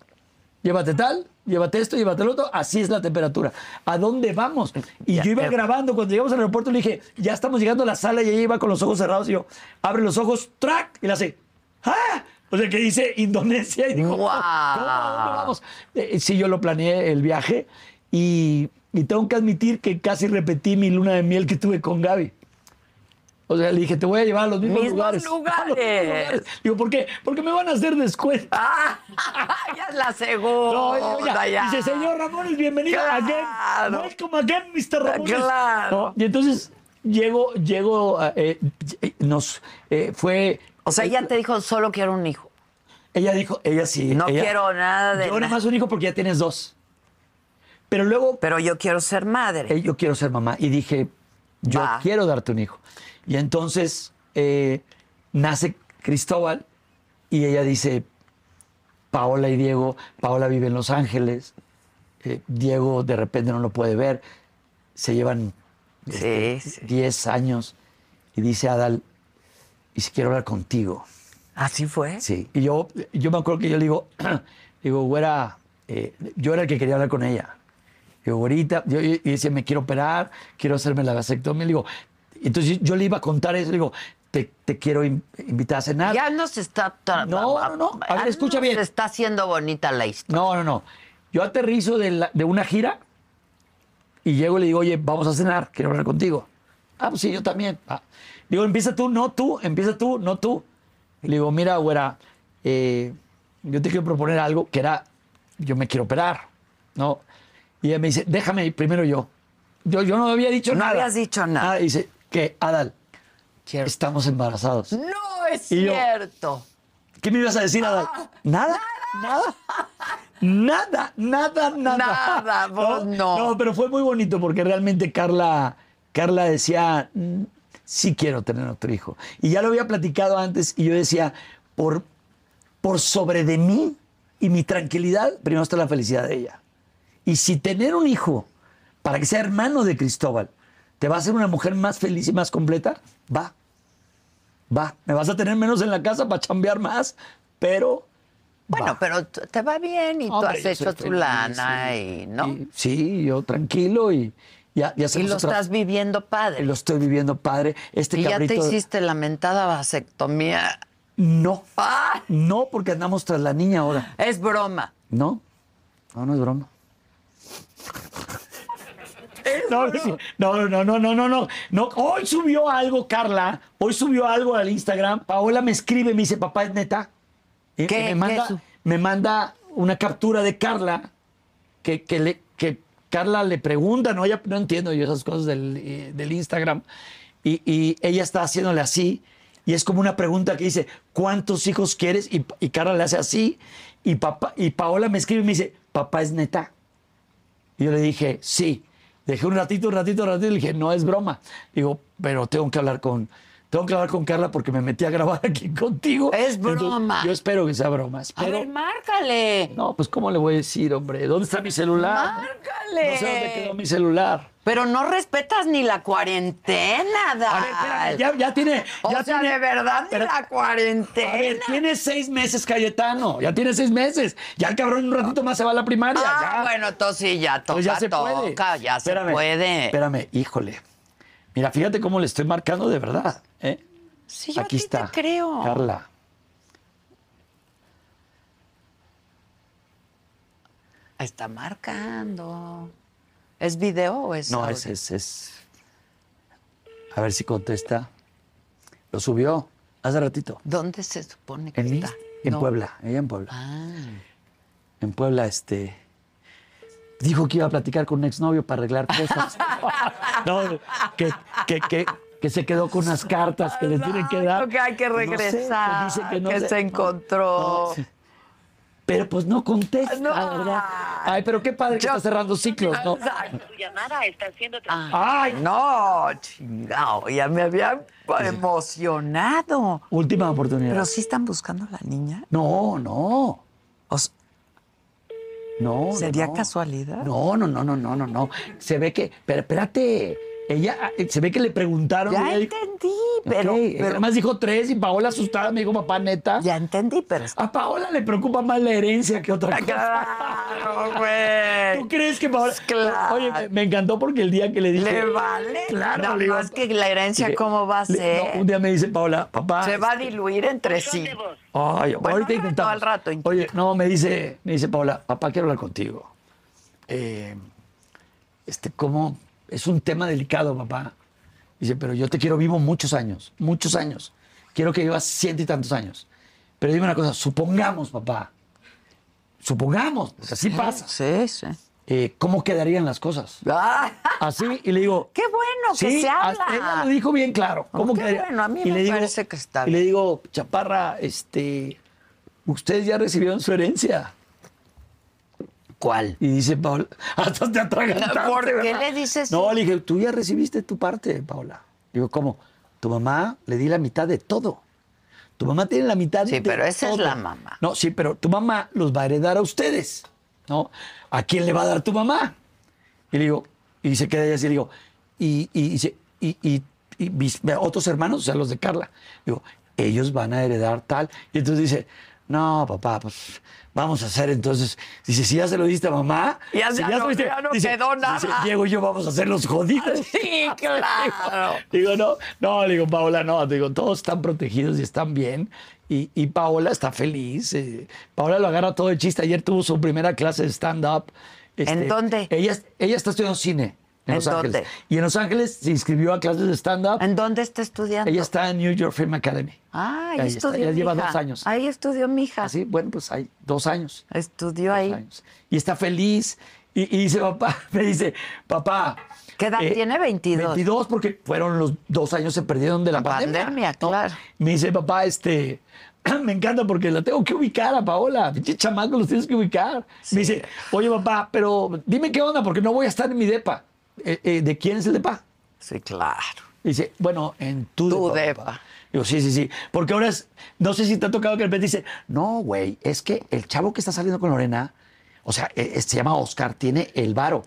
llévate tal, llévate esto, llévate lo otro, así es la temperatura. ¿A dónde vamos? Y
Ya,
yo iba
ya.
grabando, cuando llegamos al aeropuerto le dije, ya estamos llegando a la sala y ella iba con los ojos cerrados y yo, abre los ojos, track, y la hace, ¡ah! O sea, que dice Indonesia y digo,
¡Guau!
"¿Cómo? ¿A dónde vamos?". Eh, sí, yo lo planeé el viaje y, y tengo que admitir que casi repetí mi luna de miel que tuve con Gaby. O sea, le dije, te voy a llevar a los mismos,
Mismos
lugares. [LAUGHS] A los mismos
lugares.
lugares. Digo, ¿por qué? Porque me van a hacer descuento.
[LAUGHS] Ah, [LAUGHS] ya es la
No,
segunda.
ya,
ya.
Dice, señor Ramones, bienvenido again.
Claro.
Welcome again,
[LAUGHS]
Mr. Ramones.
Claro.
¿No? Y entonces llego, llego, eh, eh, nos eh, fue.
O sea, ella te dijo, solo quiero un hijo.
Ella dijo, ella sí.
No
ella-
quiero nada de
Yo nada
nada.
más un hijo porque ya tienes dos. Pero luego
Pero yo quiero ser madre.
eh, yo quiero ser mamá. Y dije, yo
Va.
quiero darte un hijo. Y entonces eh, nace Cristóbal y ella dice, Paola y Diego, Paola vive en Los Ángeles, eh, Diego de repente no lo puede ver, se llevan
Sí, sí.
10 años y dice Adal, y si quiero hablar contigo.
¿Así fue?
Sí. Y yo, yo me acuerdo que yo le digo, [CLEARS THROAT] digo, güera, eh, yo era el que quería hablar con ella. Digo, güerita, yo, y y decía, me quiero operar, quiero hacerme la vasectomía. Le digo, entonces yo le iba a contar eso, le digo, te, te quiero in- invitar a cenar.
Ya nos está... tra-
No, no, no. A ver,
ya
escucha
nos
bien.
está haciendo bonita la historia.
No, no, no. Yo aterrizo de, la- de una gira y llego y le digo, oye, vamos a cenar, quiero hablar contigo. Ah, pues sí, yo también. Ah. Digo, empieza tú, no tú, empieza tú, no tú. Y le digo, mira, güera, eh, yo te quiero proponer algo que era, yo me quiero operar, ¿no? Y ella me dice, déjame primero yo. Yo, yo no había dicho
No
nada.
habías dicho nada.
Ah, dice, que, Adal,
Quiero-
estamos embarazados.
No es
Y yo-
cierto.
¿Qué me ibas a decir, Adal?
Ah,
¿Nada? ¿Nada? Nada, nada, nada.
Nada, vos no.
No, pero fue muy bonito porque realmente Carla, Carla decía, "Mm, sí quiero tener otro hijo. Y ya lo había platicado antes y yo decía, por, por sobre de mí y mi tranquilidad, primero está la felicidad de ella. Y si tener un hijo para que sea hermano de Cristóbal te va a hacer una mujer más feliz y más completa, va. Va. Me vas a tener menos en la casa para chambear más, pero
Bueno, pero t- te va bien y tú
Hombre,
has
yo soy
hecho tu
feliz,
lana y, ¿no?
Y- sí, yo tranquilo y ya,
Y
ya hacemos
lo
otra-
estás viviendo padre.
lo estoy viviendo padre. Este
y ya
cabrito.
te hiciste lamentada vasectomía.
No.
¡Ah!
No, porque andamos tras la niña ahora.
Es broma.
No. No, no es broma. No, no, no, no, no, no, no, no. Hoy subió algo, Carla. Hoy subió algo al Instagram. Paola me escribe y me dice, papá, es neta. Y-
¿Qué?
y
¿Qué
me, manda,
su-
me manda una captura de Carla que, que le- que Carla le pregunta, no, ella no entiendo yo esas cosas del, eh, del Instagram. Y, y ella está haciéndole así. Y es como una pregunta que dice, ¿cuántos hijos quieres? Y, y Carla le hace así. Y, papá, y Paola me escribe y me dice, papá, es neta. Y yo le dije, sí. Dejé un ratito, un ratito, un ratito. Y le dije, no es broma. Digo, pero tengo que hablar con, tengo que hablar con Carla porque me metí a grabar [LAUGHS] aquí contigo.
Es
Entonces,
broma.
yo espero que sea broma.
A
espero-
ver, márcale.
no, pues ¿cómo le voy a decir, hombre? ¿Dónde está mi celular?
Márcale.
No sé dónde quedó mi celular.
Pero no respetas ni la cuarentena, Dal.
A ver, espérame, ya, ya tiene.
O
ya
sea,
tiene-
de verdad, ni
Pero-
la
A ver,
cuarentena.
tiene seis meses, Cayetano. Ya tiene seis meses. Ya el cabrón en un ratito más se va a la primaria.
Ah,
ya.
bueno, entonces sí, ya toca,
Pues ya se puede.
toca, ya
Espérame,
se puede.
Espérame, híjole. Mira, fíjate cómo le estoy marcando de verdad. ¿eh?
sí, yo a
Aquí
ti
está.
te creo.
Carla.
Está marcando. ¿Es video o es.?
No,
audio?
es, es, es. A ver si contesta. Lo subió hace ratito.
¿Dónde se supone que
En,
está?
Inst- en
No.
Puebla, ella en Puebla.
Ah,
en Puebla, este. Dijo que iba a platicar con un exnovio para
[LAUGHS]
arreglar cosas. no, que, que, que, que se quedó con unas cartas que le tienen que dar.
Exacto, que hay que
No sé, pues
regresar,
dice no
que
sé,
se
no,
encontró.
no, sí. pero pues no contesta,
No.
¿verdad? Ay, pero qué padre que está cerrando ciclos, ¿no? Ay,
no, chingado. Ya me había emocionado.
última oportunidad.
Pero sí están buscando a la niña.
No, no.
O s-
No.
¿Sería
no.
casualidad?
No, no, no, no, no, no, no. Se ve que, pero espérate. Ella, eh, se ve que le preguntaron. y
ya eh,
ella dijo,
entendí, pero,
"Ok". Ella
pero-
Además dijo tres y Paola asustada me dijo, papá, neta.
ya entendí, [LAUGHS] pero está
A Paola le preocupa más la herencia que otra cosa.
Ah, claro, güey.
¿Tú crees que Paola?
Claro.
Oye, me, me encantó porque el día que le dije.
¿Le vale?
Claro,
Nada
le digo,
más que la herencia,
dije,
¿cómo va a
le-
ser?
no, un día este, me dice Paola, papá.
Se va a diluir entre sí.
Ay,
Bueno,
ahorita
al rato,
intentamos.
al rato intenta.
Oye, no, me dice, me dice Paola, papá, quiero hablar contigo. Eh, este, ¿cómo? Es un tema delicado, papá. Dice, pero yo te quiero vivo muchos años, muchos años. Quiero que vivas ciento y tantos años. Pero dime una cosa, supongamos, papá, supongamos, porque así pasa,
Sí, sí.
eh, ¿cómo quedarían las cosas?
Ah, [LAUGHS]
Así, y le digo...
¡Qué bueno que
sí,
se
hasta
habla!
Ella lo dijo bien claro. ¿Cómo
Qué
quedaría?
bueno, a mí
Y
me
le digo-
parece que está
Y le digo, chaparra, este, ustedes ya recibieron su herencia.
¿Cuál?
Y dice Paola, [LAUGHS] hasta te atragantaste.
¿Por qué
¿verdad?
le dices
No,
eso?
le dije, tú ya recibiste tu parte, Paola. Digo, ¿cómo? Tu mamá le di la mitad de todo. Tu mamá tiene la mitad
Sí,
de
pero esa es
todo.
la mamá.
No, sí, pero tu mamá los va a heredar a ustedes, ¿no? ¿A quién le va a dar tu mamá? Y le digo, y se queda ella así, le digo, y, y, y se- y- y- y mis otros hermanos, o sea, los de Carla, digo, ellos van a heredar tal. Y entonces dice, no, papá, pues vamos a hacer entonces. Dice, si ya se lo diste a mamá,
Ya
si
ya
se
no-
lo diste-
ya no quedó nada.
dice, Diego y yo vamos a hacer los jodidos.
[LAUGHS]
[LAUGHS]
Sí, claro.
Digo, no, no, le digo, Paola, no, digo, todos están protegidos y están bien. Y, y Paola está feliz. eh, Paola lo agarra todo el chiste. Ayer tuvo su primera clase de stand-up. este,
¿En dónde?
Ella, ella está estudiando cine. En,
¿En
Los
dónde?
Ángeles. Y en Los Ángeles se inscribió a clases de stand-up.
¿En dónde está estudiando?
Ella está en New York Film Academy.
Ah, ahí,
Ahí está,
estudió.
ya
mi
lleva
hija.
dos años.
Ahí estudió mi hija.
Así, bueno, pues hay dos años.
Estudió ahí.
años. Y está feliz. Y, y dice, papá, [LAUGHS] me dice, papá.
¿Qué edad tiene? 22.
22 porque fueron los dos años se perdieron de la
La
pandemia.
pandemia,
¿no?
claro.
Me dice, papá, este, [CLEARS THROAT] me encanta porque la tengo que ubicar a Paola. Pinche chamaco, los tienes que ubicar. Me dice, oye, papá, pero dime qué onda porque no voy a estar en mi depa. Eh, eh, ¿De quién es el depa?
Sí, claro.
Dice, bueno, en tu,
Tu depa.
papá. Digo, sí, sí, sí. Porque ahora es, no sé si te ha tocado que de repente dice, no, güey, es que el chavo que está saliendo con Lorena, o sea, eh, eh, se llama Oscar, tiene el varo.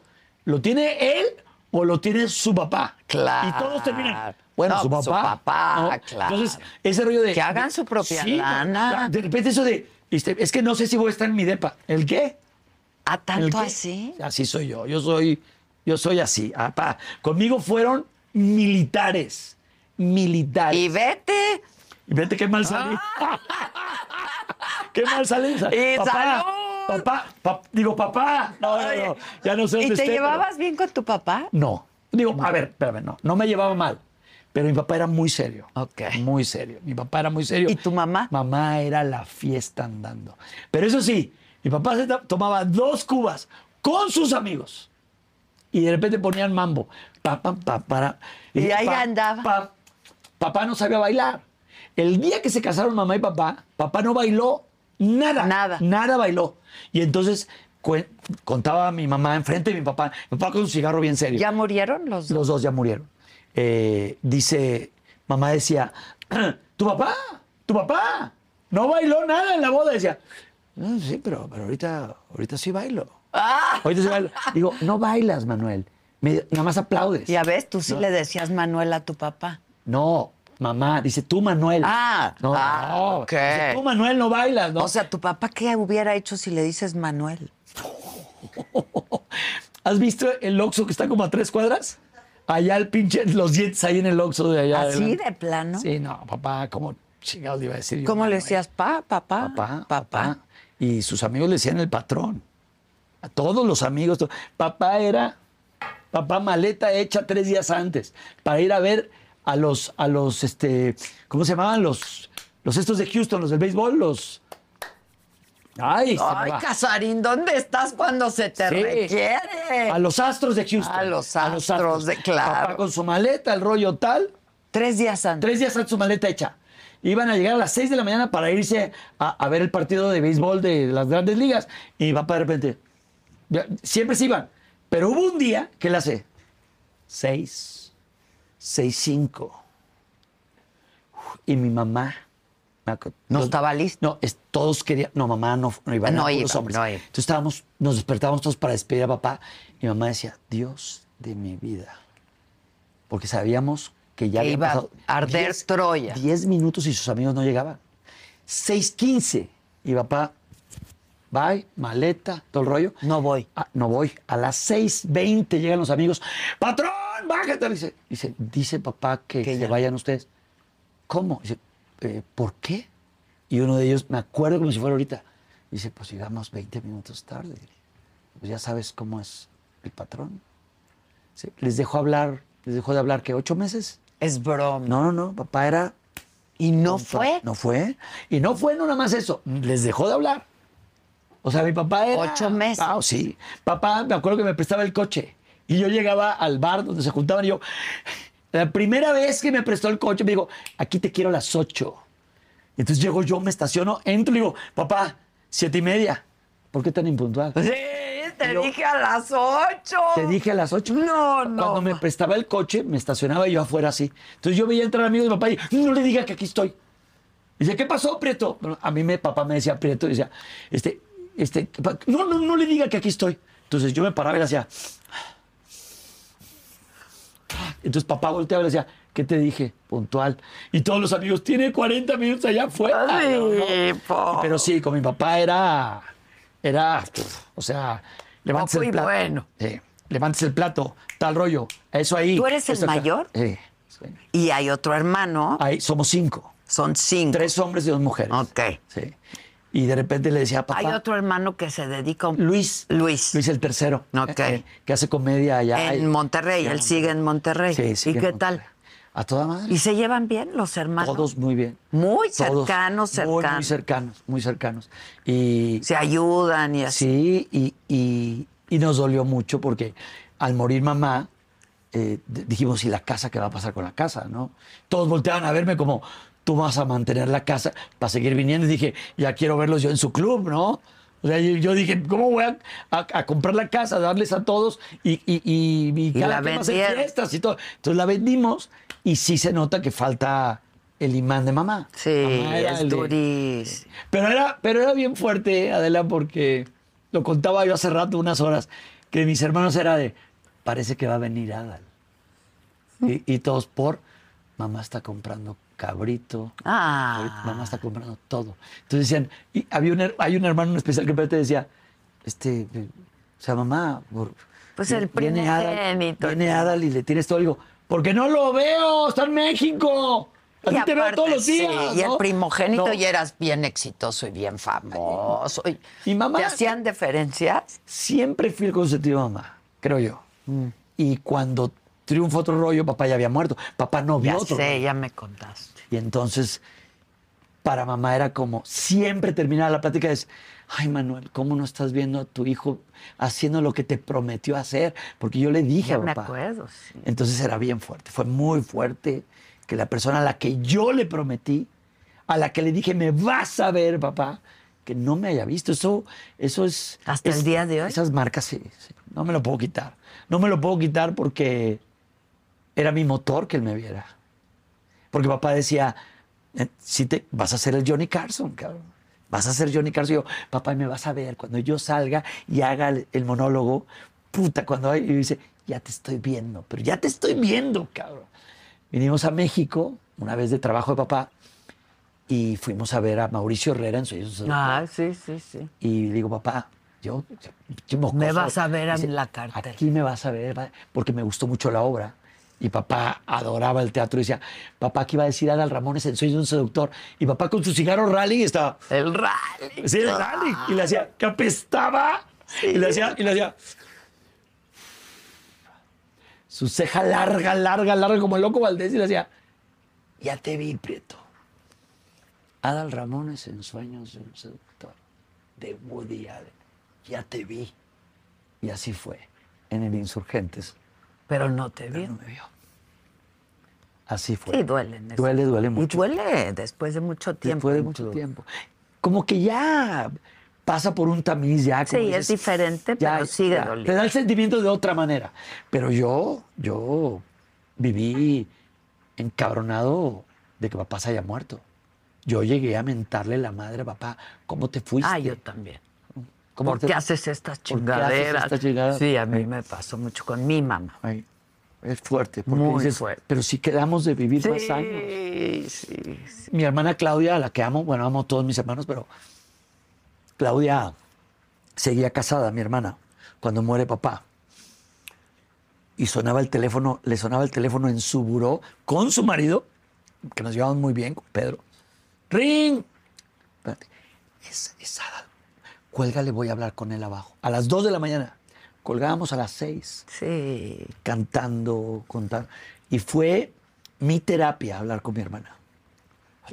¿Lo tiene él o lo tiene su papá?
Claro.
Y todos terminan. Bueno,
No,
su papá.
su papá, claro.
Entonces, ese rollo de.
Que hagan su propia
Sí,
lana.
De repente, eso de, Este, es que no sé si voy a estar en mi depa. ¿El qué?
¿A
¿El
Ah, tanto
qué?
así?
Así soy yo. Yo soy, yo soy así. apá. Conmigo fueron militares. Militares.
Y vete.
Y vete qué mal salí. [LAUGHS] qué mal salí.
Y
papá,
salud.
papá, pap- digo, papá. No, no, no, ya no sé
¿Y
dónde
te
esté, pero-
llevabas bien con tu papá?
No. Digo, a ver, espérame, no. No me llevaba mal. Pero mi papá era muy serio.
Ok.
Muy serio. Mi papá era muy serio.
¿Y tu mamá?
Mamá era la fiesta andando. Pero eso sí, mi papá se ta- tomaba dos cubas con sus amigos. Y de repente ponían mambo. Pa, pa, pa, para.
Y ahí
pa,
andaba.
pa. papá no sabía bailar. El día que se casaron mamá y papá, papá no bailó nada.
Nada.
Nada bailó. Y entonces cuen- contaba a mi mamá enfrente de mi papá. Mi papá con un cigarro bien serio.
¿Ya murieron los dos?
Los dos ya murieron. Eh, dice, mamá decía, [CLEARS THROAT] tu papá, tu papá, no bailó nada en la boda. Decía, "No, sí, pero, pero ahorita, ahorita sí bailo.
Ah.
Ahorita sí bailo. Digo, no bailas, Manuel. Me- nada más aplaudes.
Ya ves, tú sí
No.
le decías Manuel a tu papá.
No, mamá. Dice, tú, Manuel.
Ah,
no,
ah,
no.
ok.
Dice, tú, Manuel, no bailas. No.
O sea, ¿tu papá qué hubiera hecho si le dices Manuel?
¿Has visto el Oxxo que está como a tres cuadras? Allá el pinche, los dientes ahí en el Oxxo de allá.
¿Así
adelante.
de plano?
Sí, no, papá, ¿cómo chingados le iba a decir yo?
¿Cómo le
Manuel?
decías pa, papá,
papá, papá. Y sus amigos le decían el patrón. A todos los amigos. to- Papá era, papá maleta hecha tres días antes para ir a ver a los, a los, este, ¿cómo se llamaban? Los, los estos de Houston, los del béisbol, los... Ay, se me
Ay,
va.
Casarín, ¿dónde estás cuando se te
Sí.
requiere?
A los astros de Houston.
Eh, A los Astros de- claro.
Papá con su maleta, el rollo tal,
Tres días antes.
tres días antes su maleta hecha. Iban a llegar a las seis de la mañana para irse a, a ver el partido de béisbol de las grandes ligas. Y mi papá de repente, ya, siempre se iban. Pero hubo un día que él hace seis, seis, cinco. Uf, Y mi mamá. me acu-
No
los-
estaba listo.
No, es- todos querían. No, mamá no, no iba.
No
eran
iba,
puros hombres.
no iba.
Entonces estábamos, nos despertábamos todos para despedir a papá. Y mamá decía, Dios de mi vida porque sabíamos que
Que
ya había
iba a
pasado
arder Troya.
10 minutos y sus amigos no llegaban. 6.15 y papá, bye, maleta, todo el rollo.
No voy.
Ah, no voy. A las 6.20 llegan los amigos. ¡Patrón, bájate! Dice, dice, dice papá que,
Que
se
ya.
vayan ustedes. ¿Cómo? Dice, "Eh, ¿por qué? Y uno de ellos, me acuerdo como si fuera ahorita, dice, pues llegamos 20 minutos tarde. Pues ya sabes cómo es el patrón. Sí, Les dejó hablar, les dejó de hablar que ocho meses.
Es broma.
No, no, no, papá era.
¿Y no
compa-
fue?
No fue. Y no fue, no nada más eso. Les dejó de hablar. O sea, mi papá era.
Ocho meses.
Ah, sí. Papá, me acuerdo que me prestaba el coche. Y yo llegaba al bar donde se juntaban y yo. La primera vez que me prestó el coche, me dijo, aquí te quiero a las ocho. Entonces llego yo, me estaciono, entro y digo, papá, siete y media. ¿Por qué tan impuntual?
Sí, te
Yo-
dije a las ocho.
Te dije a las 8.
No, no.
Cuando me prestaba el coche, me estacionaba yo afuera así. Entonces yo veía entrar amigos de papá y no le diga que aquí estoy. Dice, ¿qué pasó, Prieto? Bueno, a mí mi papá me decía Prieto y decía, este, este, pa- no, no, no le diga que aquí estoy. Entonces yo me paraba y le hacía. Entonces papá volteaba y le decía, ¿qué te dije? Puntual. Y todos los amigos, tiene 40 minutos allá afuera. ah, No, no. Pero sí, con mi papá era. Era. pf, O sea, levantes
Poco
el
y
plato.
bueno.
Sí, levantes el plato, tal rollo. Eso ahí.
¿Tú eres el
eso acá.
mayor?
Sí, sí.
Y hay otro hermano.
Ahí somos cinco.
Son cinco.
Tres hombres y dos mujeres.
Ok.
Sí. Y de repente le decía, papá.
Hay otro hermano que se dedica a un-
Luis.
Luis.
Luis el tercero. eh,
Ok.
que hace comedia allá.
en Monterrey.
Sí,
Él sigue en Monterrey.
Sí, sí,
¿Y
en
qué
Monterrey.
tal?
A toda madre.
¿Y se llevan bien los hermanos?
Todos muy bien.
Muy
Todos
cercanos,
Muy, muy
cercanos.
cercanos, muy cercanos. Y
Se ayudan y así.
Sí, y, y- y nos dolió mucho porque al morir mamá, eh, d- dijimos, ¿y la casa qué va a pasar con la casa? ¿no? Todos volteaban a verme como, tú vas a mantener la casa para seguir viniendo. Y dije, ya quiero verlos yo en su club, ¿no? O sea, yo, yo dije, ¿cómo voy a, a- a comprar la casa, a darles a todos y, y, y, y
Y
cada
la
quien va a hacer
vendieron.
fiestas y todo? Entonces la vendimos y sí se nota que falta el imán de mamá.
Sí,
Mamá era
es
el de-
durísimo.
pero era, pero era bien fuerte, ¿eh? Adela, porque lo contaba yo hace rato, unas horas, que mis hermanos era de, parece que va a venir Adal. Y, y todos por, mamá está comprando cabrito.
Ah.
Ahorita mamá está comprando todo. Entonces decían, y había un, her- hay un hermano en especial que te decía, este, eh, o sea, mamá, por-
Pues el
viene Adal,
primogénito.
viene Adal y le tienes todo. Digo, porque no lo veo, está en México. A
Y
ti te veo
aparte,
todos los
sí,
días.
Y el
¿no?"
primogénito
No.
ya eras bien exitoso y bien famoso. Y,
Y mamá-
¿Te hacían deferencias?
siempre fui el consentido de mamá, creo yo.
Mm.
Y cuando triunfó otro rollo, papá ya había muerto. Papá no vio
Ya
otro
sé,
rollo.
ya me contaste.
Y entonces, para mamá era como, siempre terminaba la plática es, ay Manuel, ¿cómo no estás viendo a tu hijo haciendo lo que te prometió hacer? Porque yo le dije
Ya
a
me
papá.
acuerdo. sí.
Entonces era bien fuerte, fue muy fuerte que la persona a la que yo le prometí, a la que le dije, me vas a ver, papá, que no me haya visto. Eso, eso es...
¿Hasta el
es-
día de hoy?
Esas marcas, sí, sí. No me lo puedo quitar. No me lo puedo quitar porque era mi motor que él me viera. Porque papá decía, eh, si te, vas a ser el Johnny Carson, cabrón. Vas a ser Johnny Carson. Y yo, papá, me vas a ver cuando yo salga y haga el, el monólogo. Puta, cuando hay, y dice, ya te estoy viendo, pero ya te estoy viendo, cabrón. Vinimos a México una vez de trabajo de papá y fuimos a ver a Mauricio Herrera en su
Ah, sí, sí, sí.
y le digo, papá, yo, yo mocoso".
Me vas a ver a la cartera.
Aquí me vas a ver, va- porque me gustó mucho la obra. Y papá adoraba el teatro y decía, papá, ¿qué iba a decir Adal Ramones en Soy un seductor? Y papá con su cigarro rally estaba,
El rally.
sí, el rally. Y le hacía, que apestaba. Y le hacía, y le hacía. Su ceja larga, larga, larga, como el loco Valdés, y le hacía, ya te vi, Prieto. Adal Ramones en Sueños de un Seductor, de Woody Allen. Ya te vi. Y así fue, en el Insurgentes.
Pero no te
Pero
vi.
no me vio. Así fue.
Sí, duele. en eso.
Duele, duele
Y
mucho.
duele después de mucho tiempo.
Después de mucho tiempo. Como que ya pasa por un tamiz, ya. como
Sí, es diferente, pero sigue doliendo.
Te da el sentimiento de otra manera. Pero yo, yo viví encabronado de que papá se haya muerto. Yo llegué a mentarle la madre a papá, ¿cómo te fuiste?
Ah, yo también.
¿Cómo
¿Por
te-
qué haces estas
¿Por qué haces
chingaderas?
estas chingaderas?
Sí, a mí me pasó mucho con mi mamá.
Ay, es fuerte. porque
Muy fuerte.
Pero si quedamos de vivir más años.
Sí, sí, sí.
mi hermana Claudia, a la que amo, bueno, amo a todos mis hermanos, pero Claudia seguía casada, mi hermana, cuando muere papá. Y sonaba el teléfono, le sonaba el teléfono en su buró con su marido, que nos llevaban muy bien, con Pedro. ¡Ring! Espérate. Es, es Adal. Cuélgale, voy a hablar con él abajo. A las 2 de la mañana. Colgábamos a las 6
Sí.
cantando, contando. Y fue mi terapia hablar con mi hermana.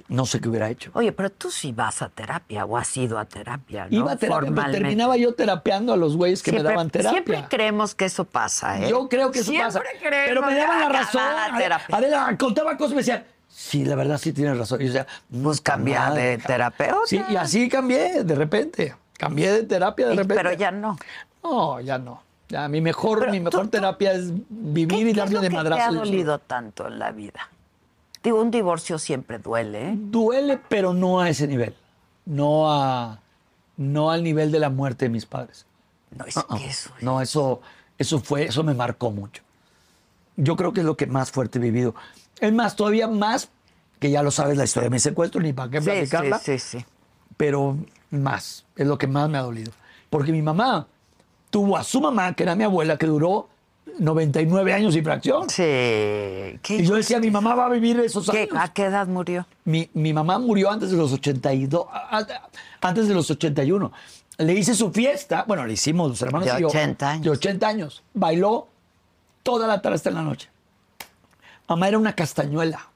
No sé qué hubiera hecho.
Oye, pero tú sí vas a terapia o has ido a terapia, ¿no?
Iba a terapia, pero
Formalmente.
terminaba yo terapeando a los güeyes que
Siempre-
me daban terapia.
Siempre creemos que eso pasa, ¿eh?
Yo creo que eso
Siempre
pasa.
creemos
Pero me daban la
que
razón.
acababa la terapia.
Adela, contaba cosas y me decían, sí, la verdad sí tienes razón. Y yo decía, pues
cambia de terapeuta.
Sí, y así cambié de repente. Cambié de terapia de
Y-
repente.
pero ya no.
No, ya no. Ya, mi mejor,
Pero
mi
tú-
mejor
tú-
terapia es
¿Qué,
vivir
qué
y
es
darme
lo
de
que
madrazo.
te ha dolido tanto en la vida? Digo, un divorcio siempre duele, ¿eh?
Duele, pero no a ese nivel. No a no al nivel de la muerte de mis padres.
No es
Uh-uh.
que eso. es-
No, eso, eso fue, eso me marcó mucho. Yo creo que es lo que más fuerte he vivido. Es más, todavía más, que ya lo sabes la historia de mi secuestro, ni para qué
Sí, sí,
platicarla,
sí, sí.
pero más, es lo que más me ha dolido. Porque mi mamá tuvo a su mamá, que era mi abuela, que duró 99 años y fracción.
Sí. ¿Qué-
Y yo decía, mi mamá va a vivir esos
qué-
años.
¿A qué edad murió?
Mi, mi mamá murió antes de los 82, a- a- antes de los 81. Le hice su fiesta, bueno, le hicimos los hermanos
De
y yo,
80 años.
De 80 años. Bailó toda la tarde hasta en la noche. Mamá era una castañuela.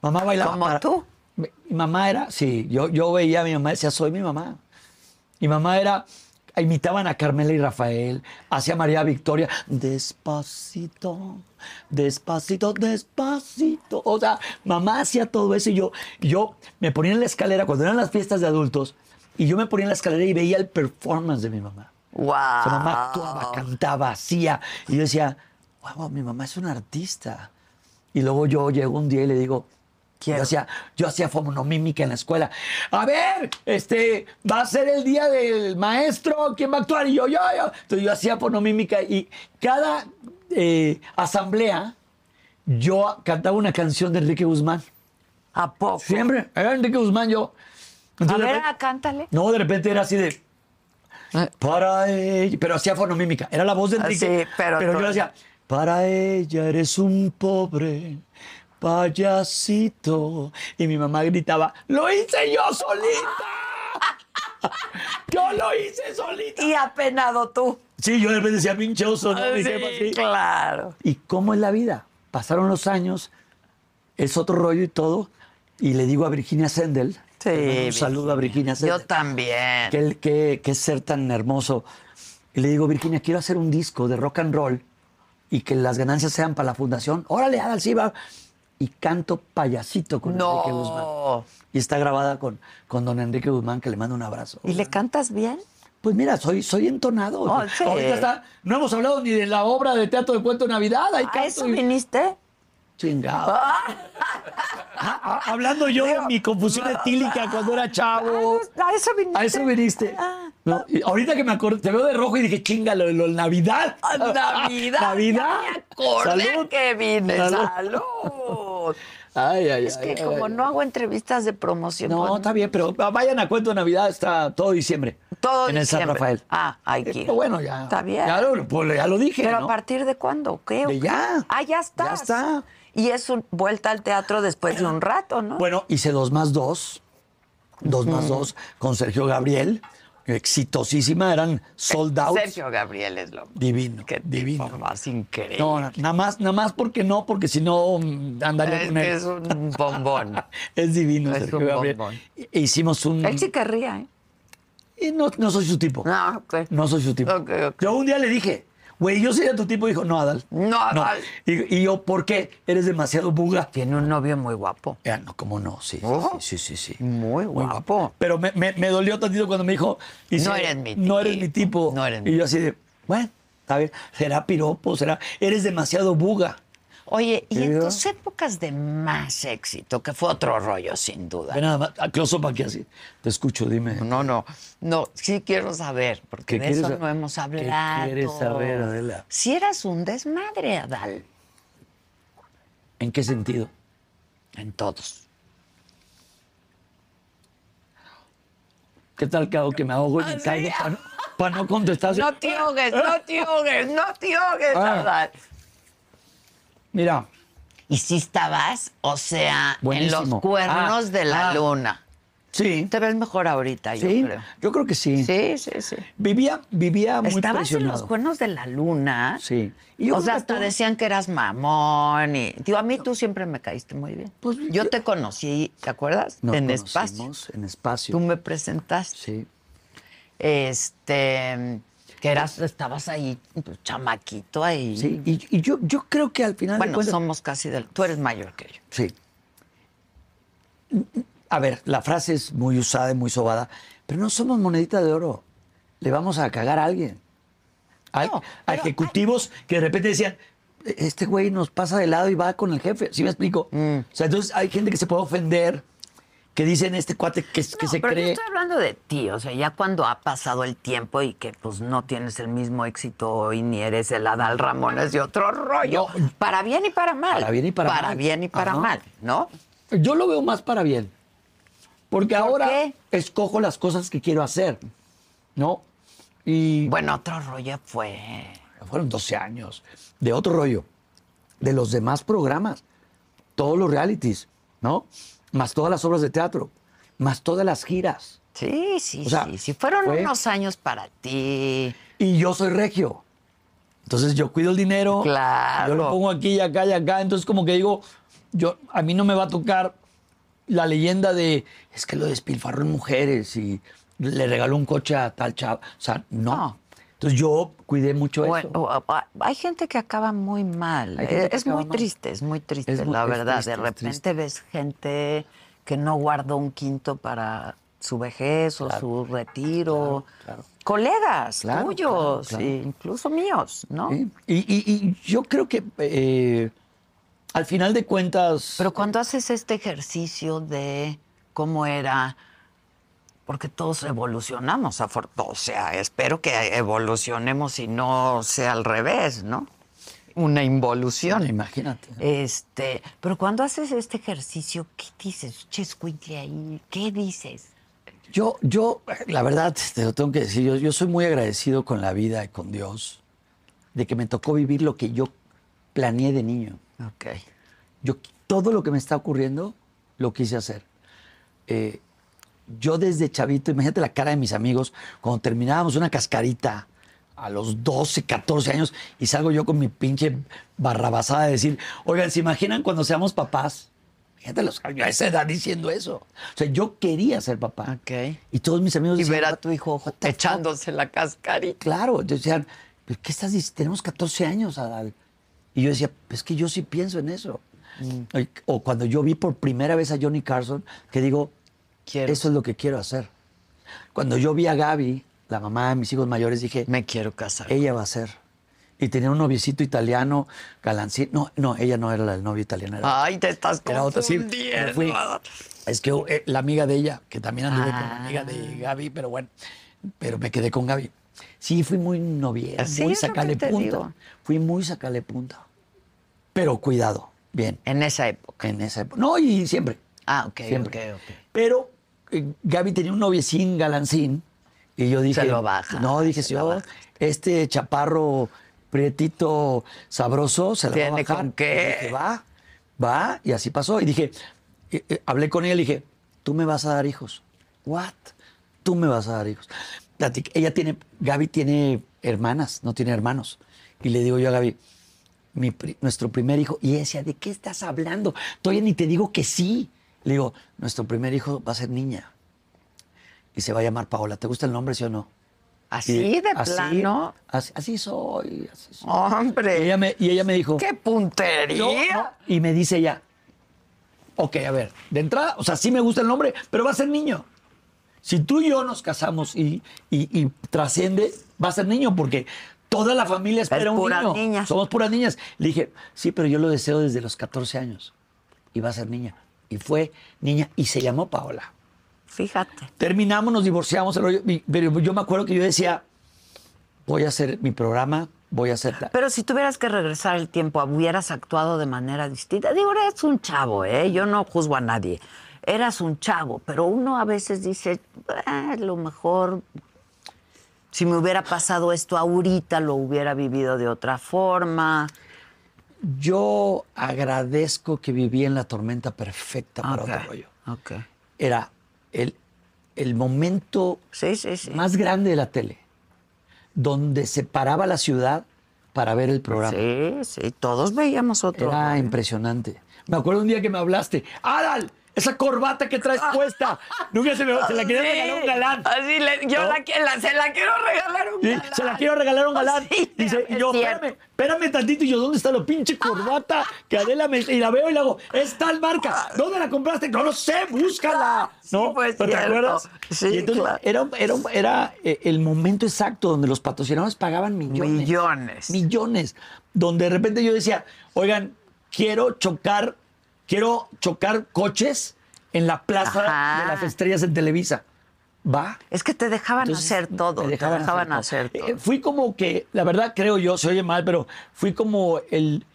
Mamá bailaba.
¿Como tú?
Mi mi mamá era, sí, yo, yo veía a mi mamá, decía, soy mi mamá. Mi mamá era, imitaban a Carmela y Rafael, hacía María Victoria, despacito, despacito, despacito. O sea, mamá hacía todo eso y yo, yo me ponía en la escalera, cuando eran las fiestas de adultos, y yo me ponía en la escalera y veía el performance de mi mamá.
¡Wow!
O sea,
Ah.
mamá actuaba, cantaba, hacía. Y yo decía, wow, mi mamá es una artista. Y luego yo llego un día y le digo,
Quiero.
yo hacía, yo hacía fonomímica en la escuela. A ver, este, va a ser el día del maestro, ¿quién va a actuar? Y yo, yo, yo. Entonces yo hacía fonomímica y cada eh, asamblea yo cantaba una canción de Enrique Guzmán.
¿A poco?
Siempre. Era Enrique Guzmán, yo.
A
Entonces, de
ver,
repente-
ah, cántale.
no, de repente era así de. Para ella. Pero hacía fonomímica. Era la voz de
Ah,
Enrique.
sí, pero
yo
tú-
decía. Para ella eres un pobre payasito. Y mi mamá gritaba: ¡Lo hice yo solita! [LAUGHS] ¡Yo lo hice solita!
Y apenado tú.
Sí, yo de repente decía: pinche oso, ¿no? Mi jefa, sí.
Ah, claro.
¿Y cómo es la vida? Pasaron los años, es otro rollo y todo. Y le digo a Virginia Sendel,
Sí,
le mando un saludo a Virginia
Yo
Sendel,
también.
qué, qué- qué ser tan hermoso. Y le digo, Virginia, quiero hacer un disco de rock and roll y que las ganancias sean para la fundación. Órale, Adal, sí, va. Y canto payasito con Enrique Guzmán.
No.
Y está grabada con, con don Enrique Guzmán, que le mando un abrazo.
¿Y le cantas bien?
Pues mira, soy, soy entonado.
Oh, sí.
Ahorita está, no hemos hablado ni de la obra de teatro de cuento de Navidad. Ahí
¿A
canto
Ah, eso
y-
viniste?
Chingado. Ah, ah, hablando yo de mi confusión etílica cuando era chavo.
¿A eso viniste?
A eso viniste.
Ah,
No, y ahorita que me acordé, te veo de rojo y dije, chinga, lo, lo- Navidad. [LAUGHS]
Ah, Navidad.
Navidad.
Ya me acordé
Salud.
que vine.
Salud.
Salud.
[LAUGHS] Ay, ay,
Es
ay,
que
ay,
como
ay.
no hago entrevistas de promoción.
No,
pues,
está bien, pero vayan a cuento de Navidad, está todo diciembre.
Todo
En el San
diciembre.
Rafael.
Ah, hay que ir.
Pero bueno, ya.
Está bien.
Ya lo, pues, ya lo dije.
¿Pero
¿no?
a partir de cuándo? ¿Qué? o
De
qué?
ya.
Ah, ya está.
Ya está.
Y es un- vuelta al teatro después de un rato, ¿no?
Bueno, hice dos más dos. Dos más dos con Sergio Gabriel. Exitosísima, eran sold out.
Sergio Gabriel es lo
Divino,
Qué
divino.
tipo más increíble.
No, na- nada más, nada más porque no, porque si no mm, andaría
es,
con él.
es un bombón.
Es divino,
es
Sergio
un
Gabriel.
bombón.
E- Hicimos un.
Él sí querría, ¿eh?
y no, no soy su tipo. [LAUGHS] No, pues,
No, ok.
soy su tipo.
Ok, ok.
Yo un día le dije, güey, yo sería tu tipo. Dijo, no, Adal.
No, Adal.
Y, y yo, ¿por qué? Eres demasiado buga.
Tiene un novio muy guapo.
Ya, no, ¿cómo no? Sí, sí,
Oh.
sí, sí, sí, sí.
Muy guapo.
Pero me, me- me dolió tantito cuando me dijo, y
No eres mi
no eres
tipo.
mi tipo.
No eres
y
mi
yo así de, bueno, está bien, será piropo, será, eres demasiado buga.
Oye, y en
Querido.
tus épocas de más éxito, que fue otro rollo, sin duda.
Ve nada más, a close up aquí así. Te escucho, dime.
No, no, no, sí quiero saber, porque de
¿Qué quieres
eso
sa-
no hemos
qué
hablado.
quieres saber, Adela?
Si eras un desmadre, Adal,
¿En qué sentido?
en todos.
¿Qué tal que hago que me ahogo y me caigo para no, pa' no contestar? así?
Ah, No te ahogues, no te ahogues, no te ahogues,
Ah.
Adal.
Mira,
Y si estabas, o sea, en
Buenísimo.
los cuernos
Ah,
de la
ah.
luna.
sí.
Te ves mejor ahorita,
sí,
yo creo.
yo creo que sí.
Sí, sí, sí.
Vivía, vivía muy
Estabas en los
presionado.
cuernos de la luna.
Sí. Y yo
o
creo
sea,
que
hasta
tú-
decían que eras mamón. Y, digo, a mí tú siempre me caíste muy bien.
Pues,
yo te conocí, ¿te acuerdas?
Nos
en espacio.
conocimos En espacio.
Tú me presentaste.
Sí.
Este, que eras, estabas ahí, pues, chamaquito ahí.
Sí, y, y yo, yo creo que al final de
Bueno,
cuentas-
somos casi del. Tú eres mayor que yo.
Sí. A ver, la frase es muy usada y muy sobada, pero no somos monedita de oro. Le vamos a cagar a alguien. Hay,
No,
hay
pero-
ejecutivos que de repente decían, este güey nos pasa de lado y va con el jefe. ¿Sí me explico?
Mm.
O sea, entonces hay gente que se puede ofender, que dicen este cuate que, que
No,
se
pero yo
cree.
estoy hablando de ti, o sea, ya cuando ha pasado el tiempo y que pues no tienes el mismo éxito hoy ni eres el Adal Ramones de otro rollo,
No.
para bien y para mal.
Para bien y para mal.
bien y para
Ajá.
mal, ¿no?
Yo lo veo más para bien. Porque ahora
qué?
escojo las cosas que quiero hacer, ¿no? Y
Bueno, otro rollo fue
fueron 12 años de otro rollo, de los demás programas, todos los realities, ¿no? Más todas las obras de teatro, más todas las giras.
Sí, sí,
O sea,
sí, sí. Fueron
fue-
unos años para ti.
Y yo soy regio. Entonces yo cuido el dinero.
Claro.
Yo lo pongo aquí y acá y acá. Entonces como que digo, yo, a mí no me va a tocar la leyenda de, es que lo despilfarró en mujeres y le regaló un coche a tal chava. O sea, no.
No.
Entonces yo cuidé mucho
Bueno,
Pues eso.
o- o- hay gente que acaba muy mal.
Hay gente
Eh,
que
Es
acaba
muy
mal.
triste, es muy triste,
Es muy-
la
es
verdad.
triste,
de
es
repente
triste.
ves gente que no guardó un quinto para su vejez o su retiro.
claro.
Colegas
Claro,
tuyos,
claro, claro.
e incluso míos, ¿no?
Sí. Y, y- y yo creo que eh, al final de cuentas.
Pero cuando haces este ejercicio de cómo era, porque todos evolucionamos, afor- o sea, espero que evolucionemos y no sea al revés, ¿no? una involución.
Imagínate.
Este, pero cuando haces este ejercicio, ¿qué dices? Chescuintle ahí, ¿qué dices?
Yo, yo, la verdad, te lo tengo que decir, yo, yo soy muy agradecido con la vida y con Dios de que me tocó vivir lo que yo planeé de niño.
Ok.
Yo todo lo que me está ocurriendo lo quise hacer. Eh, yo desde chavito, imagínate la cara de mis amigos cuando terminábamos una cascarita a los 12, 14 años y salgo yo con mi pinche barrabasada de decir, oigan, ¿se imaginan cuando seamos papás? Fíjate los años, a esa edad diciendo eso. O sea, yo quería ser papá.
Ok.
Y todos mis amigos
Y
decían,
ver a Pues tu hijo
"What the fuck?"
echándose la cascarita.
Claro, entonces decían, "¿Pero ¿qué estás diciendo? Tenemos 14 años, Adal. Y yo decía, es que yo sí pienso en eso. Ay, O cuando yo vi por primera vez a Johnny Carson, que digo,
Quiero.
eso es lo que quiero hacer. Cuando yo vi a Gaby, la mamá de mis hijos mayores, dije,
Me quiero casar.
ella va a ser. Y tenía un noviecito italiano, galancito. No, no, ella no era la del novio italiano. Era,
Ay, te estás
era otra, sí.
confundiendo.
Pero fui- es que eh, la amiga de ella, que también anduve con la amiga de
Ah.
Gaby, pero bueno, pero me quedé con Gaby. Sí, fui muy noviera,
Sí,
muy
es lo que
sacale
te
punta.
digo.
Fui muy sacale punta. Pero cuidado, bien,
En esa época.
en esa época. No, y siempre.
Ah, ok,
Siempre.
ok, ok.
Pero eh, Gaby tenía un noviecín galancín y yo dije...
Se lo baja,
No, dije,
se
si
lo
va-
baja.
este chaparro prietito sabroso se la va a
¿Tiene
bajar.
con qué?
Y dije, va, va, y así pasó. Y dije, eh, eh, hablé con ella y dije, tú me vas a dar hijos. What? Tú me vas a dar hijos. Platic- Ella tiene, Gaby tiene hermanas, no tiene hermanos. Y le digo yo a Gaby, mi pri- nuestro primer hijo. Y ella decía, ¿de qué estás hablando? Todavía ni te digo que sí. Le digo, nuestro primer hijo va a ser niña. Y se va a llamar Paola. ¿Te gusta el nombre, sí o no?
Así
Y-
de plano.
Así, así soy, así soy. Y,
Hombre,
ella me, y ella me dijo...
qué
"No, no".
puntería.
Y me dice ella, ok, a ver, de entrada, o sea, sí me gusta el nombre, pero va a ser niño. Si tú y yo nos casamos y, y- y trasciende, va a ser niño porque toda la familia espera un
puras
niño.
niñas.
Somos puras niñas. Le dije, sí, pero yo lo deseo desde los 14 años. Y va a ser niña. Y fue niña y se llamó Paola.
Fíjate.
Terminamos, nos divorciamos, el rollo, y- pero yo me acuerdo que yo decía, voy a hacer mi programa, voy a hacer... ta-
Pero si tuvieras que regresar el tiempo, hubieras actuado de manera distinta. Digo, eres un chavo, ¿eh? Yo no juzgo a nadie. Eras un chavo, pero uno a veces dice, "Ah, a lo mejor, si me hubiera pasado esto ahorita, lo hubiera vivido de otra forma.
Yo agradezco que viví en la tormenta perfecta para otro
Ok,
rollo.
ok.
Era el, el momento
Sí, sí, sí.
más grande de la tele, donde se paraba la ciudad para ver el programa.
Sí, sí, todos veíamos otro.
Era
rollo.
impresionante. Me acuerdo un día que me hablaste, ¡Adal! Esa corbata que traes puesta, nunca se, me, se la quería
Ah. Sí,
regalar a un galán.
Así le- yo
¿No?
la qui- la- se la quiero regalar a un
Sí,
galán.
Se la quiero regalar a un galán.
[LAUGHS] Sí,
Dice,
es
y yo,
cierto.
espérame, espérame tantito. Y yo, ¿dónde está la pinche corbata que Adela me... Y la veo y la hago, es tal marca. ¿Dónde la compraste? No lo sé, búscala.
Sí,
¿No?
pues,
¿Pero ¿Te
cierto.
acuerdas?
Sí,
Y entonces,
claro.
era, era, era, eh, el momento exacto donde los patrocinadores pagaban millones.
Millones.
Millones. Donde de repente yo decía, oigan, quiero chocar, quiero chocar coches en la Plaza
Ajá.
de las Estrellas en Televisa. ¿Va?
Es que te dejaban
Entonces,
hacer todo.
me
te dejaban hacer, todo.
Eh, fui como que, la verdad creo yo, se oye mal, pero fui como el,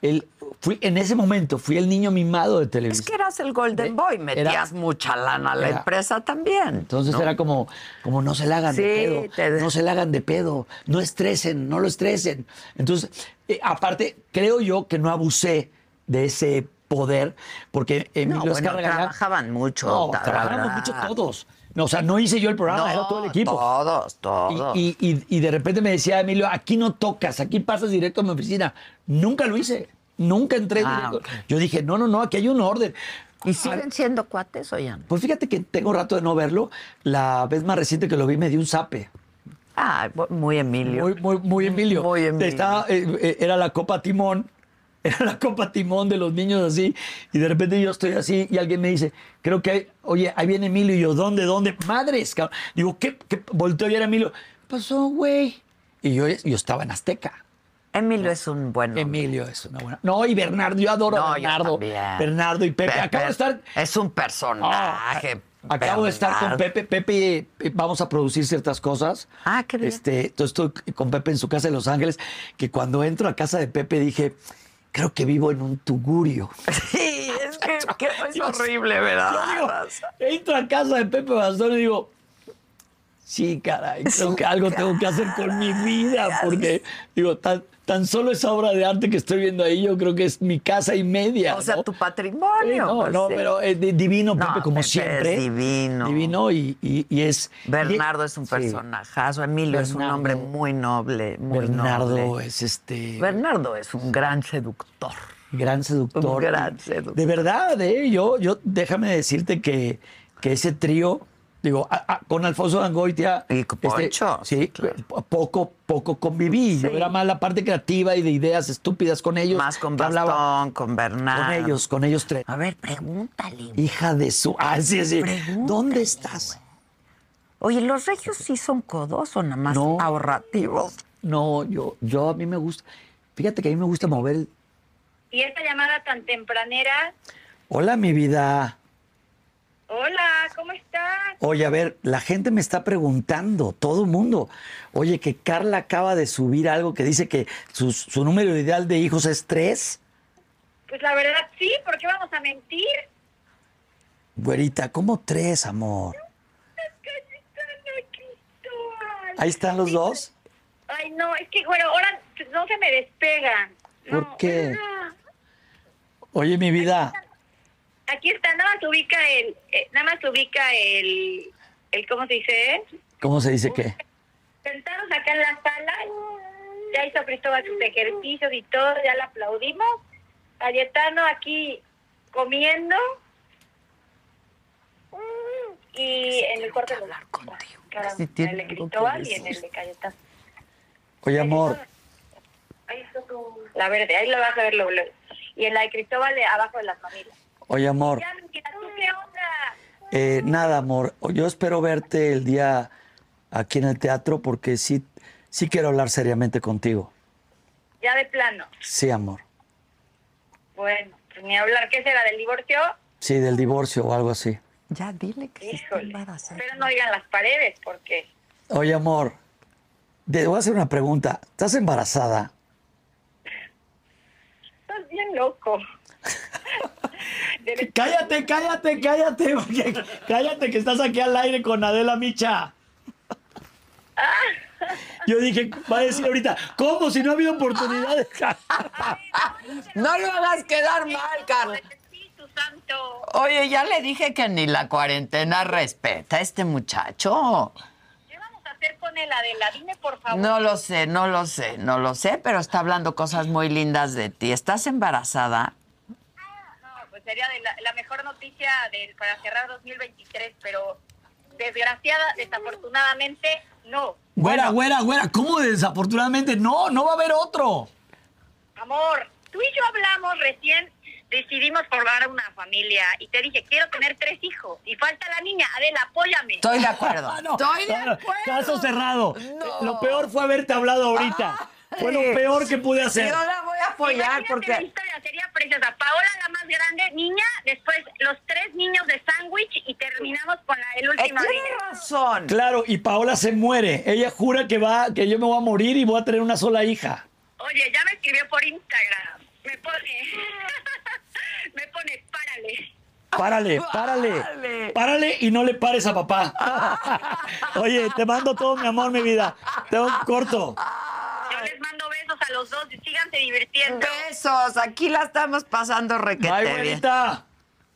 el fui en ese momento, fui el niño mimado de
es
televisión.
que eras el Golden
de-
Boy,
eh, era-
metías mucha lana a la
era-
empresa también.
Entonces
¿no?
era como, como no se la hagan de
Sí,
pedo,
te de-
no se la hagan de pedo, no estresen, no lo estresen. Entonces, eh, aparte, creo yo que no abusé de ese poder, porque Emilio
No, bueno,
Azcárraga ya-
trabajaban mucho.
No,
la
trabajábamos
verdad.
mucho todos. No, o sea, no hice yo el programa, era todo el equipo.
Todos,
Y-
todos. Ah,
Y, y- y de repente me decía Emilio, aquí no tocas, aquí pasas directo a mi oficina. Nunca lo hice, nunca entré
Ah,
directo.
ok.
Yo dije, no, no, no, aquí hay un orden. Ah,
¿Y siguen siendo cuates o ya no?
Pues fíjate que tengo rato de no verlo. La vez más reciente que lo vi me dio un zape.
Ah, muy Emilio.
Muy, muy, muy Emilio.
Muy Emilio.
Estaba, eh, eh, era la Copa Timón. [LAUGHS] Era la Copa Timón de los niños así. Y de repente yo estoy así y alguien me dice, creo que, hay- oye, ahí viene Emilio. Y yo, ¿dónde, dónde? Madres, cabrón. Digo, ¿qué? qué? Volteo y era Emilio. ¿Qué pasó, güey? Y yo, yo estaba en Azteca.
Emilio es un buen hombre.
Emilio es una buena. No, y Bernardo, yo adoro
No,
a
yo
Bernardo.
también.
Bernardo y Pepe.
Pe-
eh, Acabo
Pe-
de estar.
Es un personaje.
Acabo de estar con
¿Verdad?
Pepe. Pepe, eh, vamos a producir ciertas cosas.
Ah, qué bien.
Este, entonces estoy con Pepe en su casa de Los Ángeles, que cuando entro a casa de Pepe dije, creo que vivo en un tugurio. [LAUGHS]
Sí, es que, que es
Dios.
horrible,
Yo
¿verdad?
digo, entro a casa de Pepe Bastón y digo, sí, caray, creo que algo tengo que hacer con mi vida, porque digo, tan, tan solo esa obra de arte que estoy viendo ahí, yo creo que es mi casa y media.
O sea,
¿no?
tu
Sí,
patrimonio.
Eh, no,
pues,
no,
sí.
pero es di- divino,
No,
Pepe, como
Pepe es
siempre.
divino.
Divino y, y- y es.
Bernardo es un
Sí.
personajazo, Emilio es un
Bernardo.
hombre muy noble, muy
Bernardo
noble.
es este
Bernardo es un gran seductor.
gran seductor.
Un gran
Y
seductor.
De verdad, ¿eh? yo, yo déjame decirte que, que ese trío, digo, a- a- con Alfonso Dangoitia. este,
Y con Poncho,
sí,
claro.
po- poco, poco conviví. Yo
Sí.
era más la parte creativa y de ideas estúpidas con ellos.
Más con
que hablaba
Bastón, con Bernardo.
con ellos, con ellos tres.
A ver, pregúntale.
Hija de su. Ah, sí, sí.
Pregúntale,
¿Dónde estás?
Oye, ¿los regios sí son codos o nada más
No.
ahorrativos?
No, yo, yo a mí me gusta. Fíjate que a mí me gusta mover el.
Y esta llamada tan tempranera.
Hola, mi vida.
Hola, ¿cómo estás?
Oye, a ver, la gente me está preguntando, todo el mundo. Oye, que Carla acaba de subir algo que dice que su, su número ideal de hijos es tres.
Pues la verdad sí, ¿por qué vamos a mentir?
Güerita, ¿cómo tres, amor? Ahí están los dos.
Ay, no, es que, bueno, ahora no se me despegan.
¿Por
No,
qué?
ah,
Oye, mi vida,
Aquí está, nada más ubica el, eh, nada más ubica el, el, ¿cómo se dice?
¿cómo se dice qué?
Sentados acá en la sala, ya hizo Cristóbal sus ejercicios y todo, ya la aplaudimos. Cayetano aquí comiendo. Y en el cuarto lugar. Caramba,
si
en
tiene
el de
algo que
Cristóbal y en el
decir.
de Cayetano.
Oye, amor,
Ahí está tu- La verde, ahí la vas a ver luego, luego. Y en la de Cristóbal de abajo de las familias.
oye, amor.
Ya, mira, ¿tú qué onda?
Eh, nada, amor. Yo espero verte el día aquí en el teatro porque sí, sí quiero hablar seriamente contigo.
Ya de plano.
Sí, amor.
Bueno, pues ni hablar. ¿Qué será del divorcio?
Sí, del divorcio o algo así.
Ya dile que sí está
Híjole.
embarazada.
Pero no oigan las paredes, porque
Oye, amor, te voy a hacer una pregunta. ¿Estás embarazada?
estás bien loco. Debes-
Cállate, cállate, cállate. porque- cállate que estás aquí al aire con Adela Micha. Yo dije, va a decir ahorita, ¿cómo si no ha habido oportunidades?
No lo hagas quedar mal, Carla.
Espíritu Santo.
Oye, ya le dije que ni la cuarentena respeta a este muchacho.
¿Qué vamos a hacer con el Adela? Dime, por favor.
No lo sé, no lo sé, no lo sé, pero está hablando cosas muy lindas de ti. ¿Estás embarazada?
No, pues sería de la, la mejor noticia del, para cerrar 2023, pero desgraciada, desafortunadamente, no.
Güera, güera, güera, ¿cómo desafortunadamente? No, no va a haber otro.
Amor, tú y yo hablamos recién, decidimos formar una familia y te dije, quiero tener tres hijos y falta la niña. Adela, apóyame.
Estoy de acuerdo.
Ah, [LAUGHS] no,
Estoy de
no, no,
acuerdo.
Caso cerrado.
No.
Lo peor fue haberte hablado ahorita. Fue lo
Ay.
peor que pude hacer.
Yo la voy a apoyar
Imagínate La
porque eh,
historia sería preciosa. Paola, la más grande, niña, después los tres niños de sándwich y terminamos con la, el
Eh,
último.
tiene razón.
Claro, y Paola se muere. Ella jura que va, que yo me voy a morir y voy a tener una sola hija.
Oye, ya me escribió por Instagram. Me pone. [LAUGHS] me pone, párale.
[LAUGHS]
Párale, párale. Párale y no le pares a papá.
[LAUGHS]
Oye, te mando todo mi amor, mi vida. Tengo un corto.
Yo les mando besos a los dos y síganse divirtiendo.
Besos, aquí la estamos pasando
Bye,
requete bien.
güerita.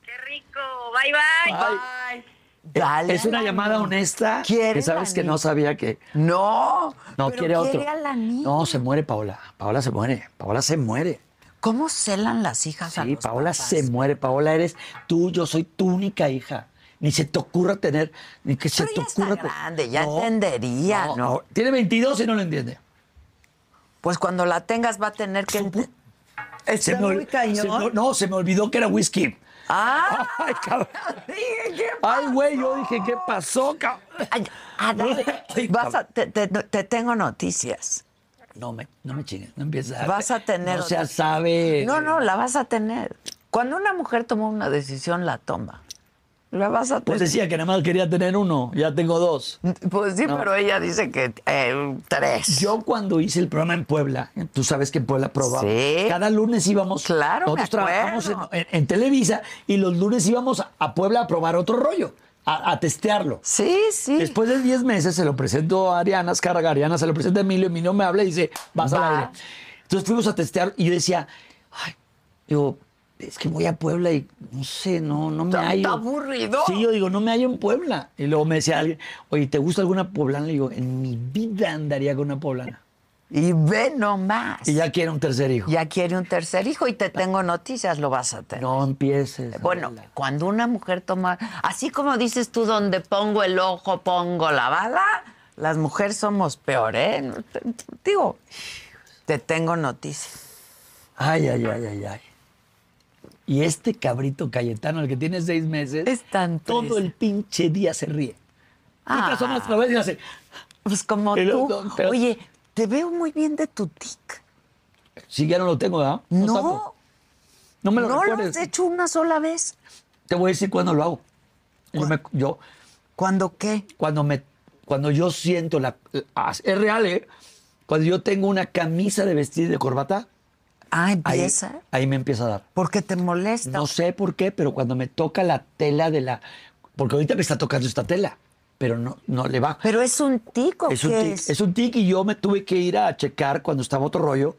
Qué rico. Bye, bye.
Bye. Dale.
Es una llamada honesta
Quiere
que sabes
la
que no
niña.
sabía que
No,
no
pero
quiere otro.
a la niña.
No, se muere Paola. Paola se muere. Paola se muere.
¿Cómo celan las hijas a
Sí,
los
Paola
papás?
se muere. Paola, eres tú, yo soy tu única hija. Ni se te ocurra tener, ni que se
Pero
te
ya está
ocurra. te-
grande, ya entendería, ¿no?
Tiene 22 y no lo entiende.
Pues cuando la tengas va a tener que. ente-
Se
Está
me ol-
muy cañón.
se me- no, se me olvidó que era whisky.
Ah,
Ay, cabrón.
dije, ¿qué
Ay, güey, yo dije, ¿qué pasó, cabrón?
Ay, Adán,
Ay,
vas a-
cabrón.
te, te- te tengo noticias.
No me, no me chingues, no empieces.
Vas a tener
No sea,
otra-
sabe.
No, no, la vas a tener. Cuando una mujer toma una decisión, la toma. La vas a
Pues
tener.
decía que nada más quería tener uno, ya tengo dos.
Pues sí, pero ella dice que eh, tres.
Yo cuando hice el programa en Puebla, tú sabes que en Puebla probaba.
Sí.
Cada lunes íbamos.
Claro, me
Nosotros trabajamos en,
acuerdo.
en- en Televisa y los lunes íbamos a, a Puebla a probar otro rollo, a, a testearlo.
Sí, sí.
Después de 10 meses se lo presento a Ariana Azcárraga, Ariana se lo presenta a Emilio, Emilio me habla y dice, vas al
Va.
aire. Entonces fuimos a testear y yo decía, ay, digo, es que voy a Puebla y no sé, no, no me
Está-
hallo.
está aburrido.
Sí, yo digo, no me hallo en Puebla. Y luego me decía alguien, oye, ¿te gusta alguna poblana? Le digo, en mi vida andaría con una poblana.
Y ve nomás.
Y ya quiero un tercer hijo.
Ya quiere un tercer hijo y te tengo noticias, lo vas a tener.
No empieces.
Bueno,
Adela.
cuando una mujer toma, así como dices tú, donde pongo el ojo, pongo la bala, las mujeres somos peor, ¿eh? No te- Digo, te tengo noticias.
Ay, ay, ay, ay, ay. Y este cabrito Cayetano, el que tiene seis meses,
Es tan
todo
triste.
el pinche día se ríe.
Ah.
Ah. Tú te asomas otra vez y hace,
Pues como
Pero
tú.
no, pero-
Oye, te veo muy bien de tu tic.
si ya no lo tengo, ¿verdad?
No,
saco. no me
no
lo
lo,
recuerdes.
has hecho una sola vez.
Te voy a decir cuándo lo hago. Yo, me- yo-
¿Cuándo qué?
cuando me, cuando yo siento la, la- es real, ¿eh? Cuando yo tengo una camisa de vestir y de corbata,
Ah,
ahí,
empieza.
ahí me empieza a dar.
Porque te molesta.
No sé por qué, pero cuando me toca la tela de la. Porque ahorita me está tocando esta tela, pero no, no le va.
Pero es un tic o
es, un
qué
tic,
es?
es un tic y yo me tuve que ir a checar cuando estaba otro rollo.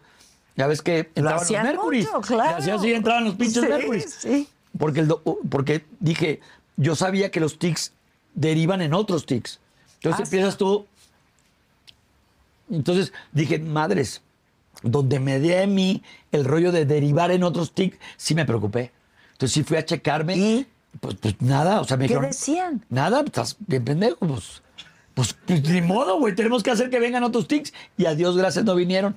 Ya ves que entraban los
hacían
Mercury.
mucho, claro.
Así, así entraban los pinches
Sí,
Mercury.
sí.
Porque, el do- porque dije, yo sabía que los tics derivan en otros tics. Entonces
Ah,
empiezas tú. Entonces dije, madres, donde me dé a mí el rollo de derivar en otros tics, sí me preocupé. Entonces sí fui a checarme.
¿Y?
Pues, pues nada, o sea, me
¿Qué
dijeron,
decían?
Nada, estás bien pendejo, pues. Pues, pues, ni modo, güey, tenemos que hacer que vengan otros tics. Y a Dios gracias no vinieron.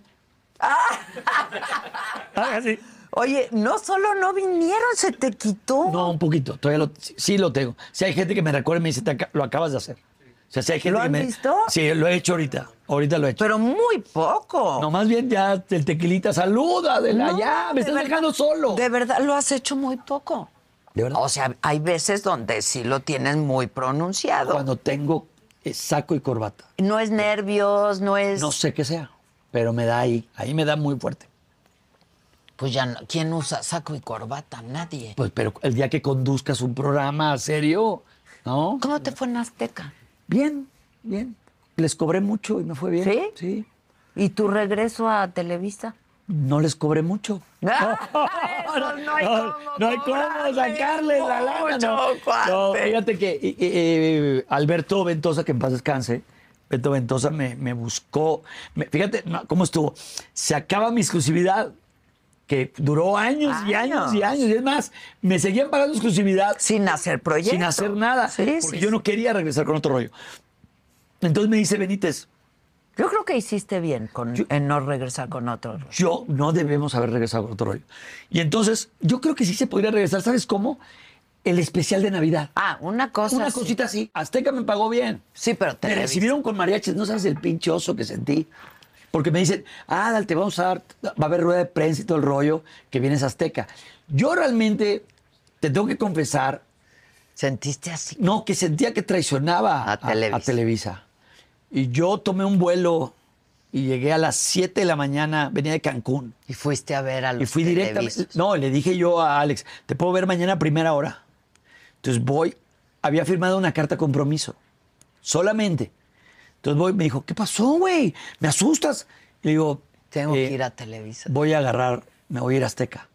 Ah, sí.
Oye, no solo no vinieron, se te quitó.
No, un poquito, todavía lo, sí, sí lo tengo. Si hay gente que me recuerda y me dice, "Te aca- lo acabas de hacer. O sea, si hay gente
¿Lo
que
han
me-
visto?
Sí, lo he hecho ahorita. Ahorita lo he hecho.
Pero muy poco.
no, más bien ya el tequilita, saluda, de la,
No,
ya, me
de
estás
verdad-
dejando solo.
De verdad, lo has hecho muy poco.
De verdad.
O sea, hay veces donde sí lo tienes muy pronunciado.
Cuando tengo eh, saco y corbata.
No es nervios, no es.
No sé qué sea, pero me da ahí, ahí me da muy fuerte.
Pues ya, no- ¿quién usa saco y corbata? Nadie.
Pues, pero el día que conduzcas un programa serio, ¿no?
¿Cómo te fue en Azteca?
Bien, bien. Les cobré mucho y me fue bien.
¿Sí?
Sí.
¿Y tu regreso a
[LAUGHS]
Televisa?
No les cobré mucho.
Eso no hay cómo
no hay cómo
cobrarle
sacarles la lana. No,
mucho, cuate.
No, fíjate que eh, eh, Alberto Ventosa, que en paz descanse, Alberto Ventosa me, me buscó. me- fíjate no, cómo estuvo. Se acaba mi exclusividad, que duró años, y años y años. Y es más, me seguían pagando exclusividad
Sin hacer proyecto.
sin hacer nada.
Sí,
porque
sí,
yo
sí.
no quería regresar con otro rollo. Entonces me dice Benítez,
Yo creo que hiciste bien con, en no regresar con otro.
yo no debemos haber regresado con otro rollo. Y entonces, yo creo que sí se podría regresar, ¿sabes cómo? El especial de Navidad.
Ah, una cosa.
Una
sí.
cosita así. Azteca me pagó bien.
Sí, pero
Me
Televisa.
recibieron con mariachis, no sabes el pinche oso que sentí. Porque me dicen, ah, dale, te vamos a dar, va a haber rueda de prensa y todo el rollo, que vienes Azteca. Yo realmente te tengo que confesar
Sentiste así.
No, que sentía que traicionaba
A Televisa.
Televisa. Y yo tomé un vuelo y llegué a las 7 de la mañana, venía de Cancún.
Y fuiste a ver a los
Y fui directamente.
televisos.
No, le dije yo a Alex, te puedo ver mañana a primera hora. Entonces voy, había firmado una carta compromiso, solamente. Entonces voy, me dijo, ¿qué pasó, güey? ¿Me asustas? Le digo,
Tengo
"Eh,
que ir a Televisa.
voy a agarrar, me voy a ir a Azteca.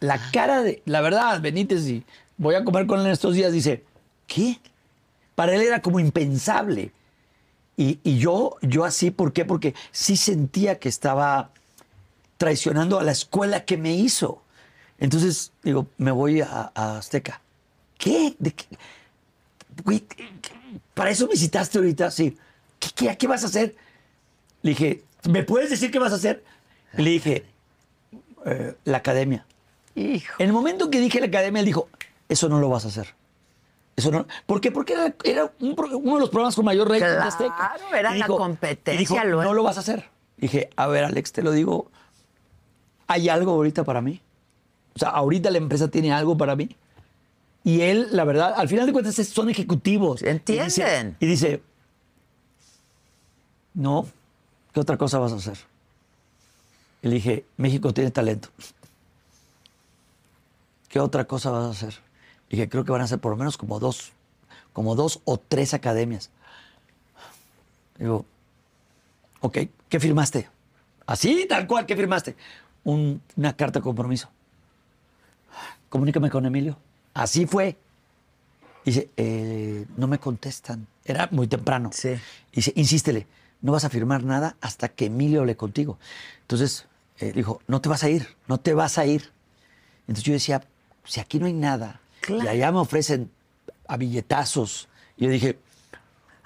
La cara de, la verdad, Benítez, y voy a comer con él en estos días, dice, ¿qué? Para él era como impensable. Y, y yo, yo así, ¿por qué? Porque sí sentía que estaba traicionando a la escuela que me hizo. Entonces, digo, me voy a, a Azteca. ¿Qué? ¿De qué? Güey, ¿qué- qué- ¿Para eso me citaste ahorita? Sí. ¿Qué, qué, a qué vas a hacer? Le dije, ¿me puedes decir qué vas a hacer? Le dije, eh, la academia.
Hijo.
En el momento que dije la academia, él dijo, eso no lo vas a hacer. Eso no. ¿Por qué? Porque era, era un pro- uno de los programas con mayor rating de
Claro,
Azteca.
era
Y
la competencia,
y dijo,
lo-
no lo vas a hacer. Dije, a ver, Alex, te lo digo. ¿Hay algo ahorita para mí? O sea, ahorita la empresa tiene algo para mí. Y él, la verdad, al final de cuentas es- son ejecutivos.
Entienden.
Y dice, y dice, no, ¿qué otra cosa vas a hacer? Y le dije, México tiene talento. ¿Qué otra cosa vas a hacer? Y dije, creo que van a ser por lo menos como dos, como dos o tres academias. Digo, ok, ¿qué firmaste? Así, tal cual, ¿qué firmaste? Un- una carta de compromiso. Comunícame con Emilio. Así fue. Dice, eh, no me contestan. Era muy temprano.
Sí.
Dice, insístele, no vas a firmar nada hasta que Emilio hable contigo. Entonces, eh, dijo, no te vas a ir, no te vas a ir. Entonces yo decía, si aquí no hay nada,
Claro.
y allá me ofrecen a billetazos. Y yo dije,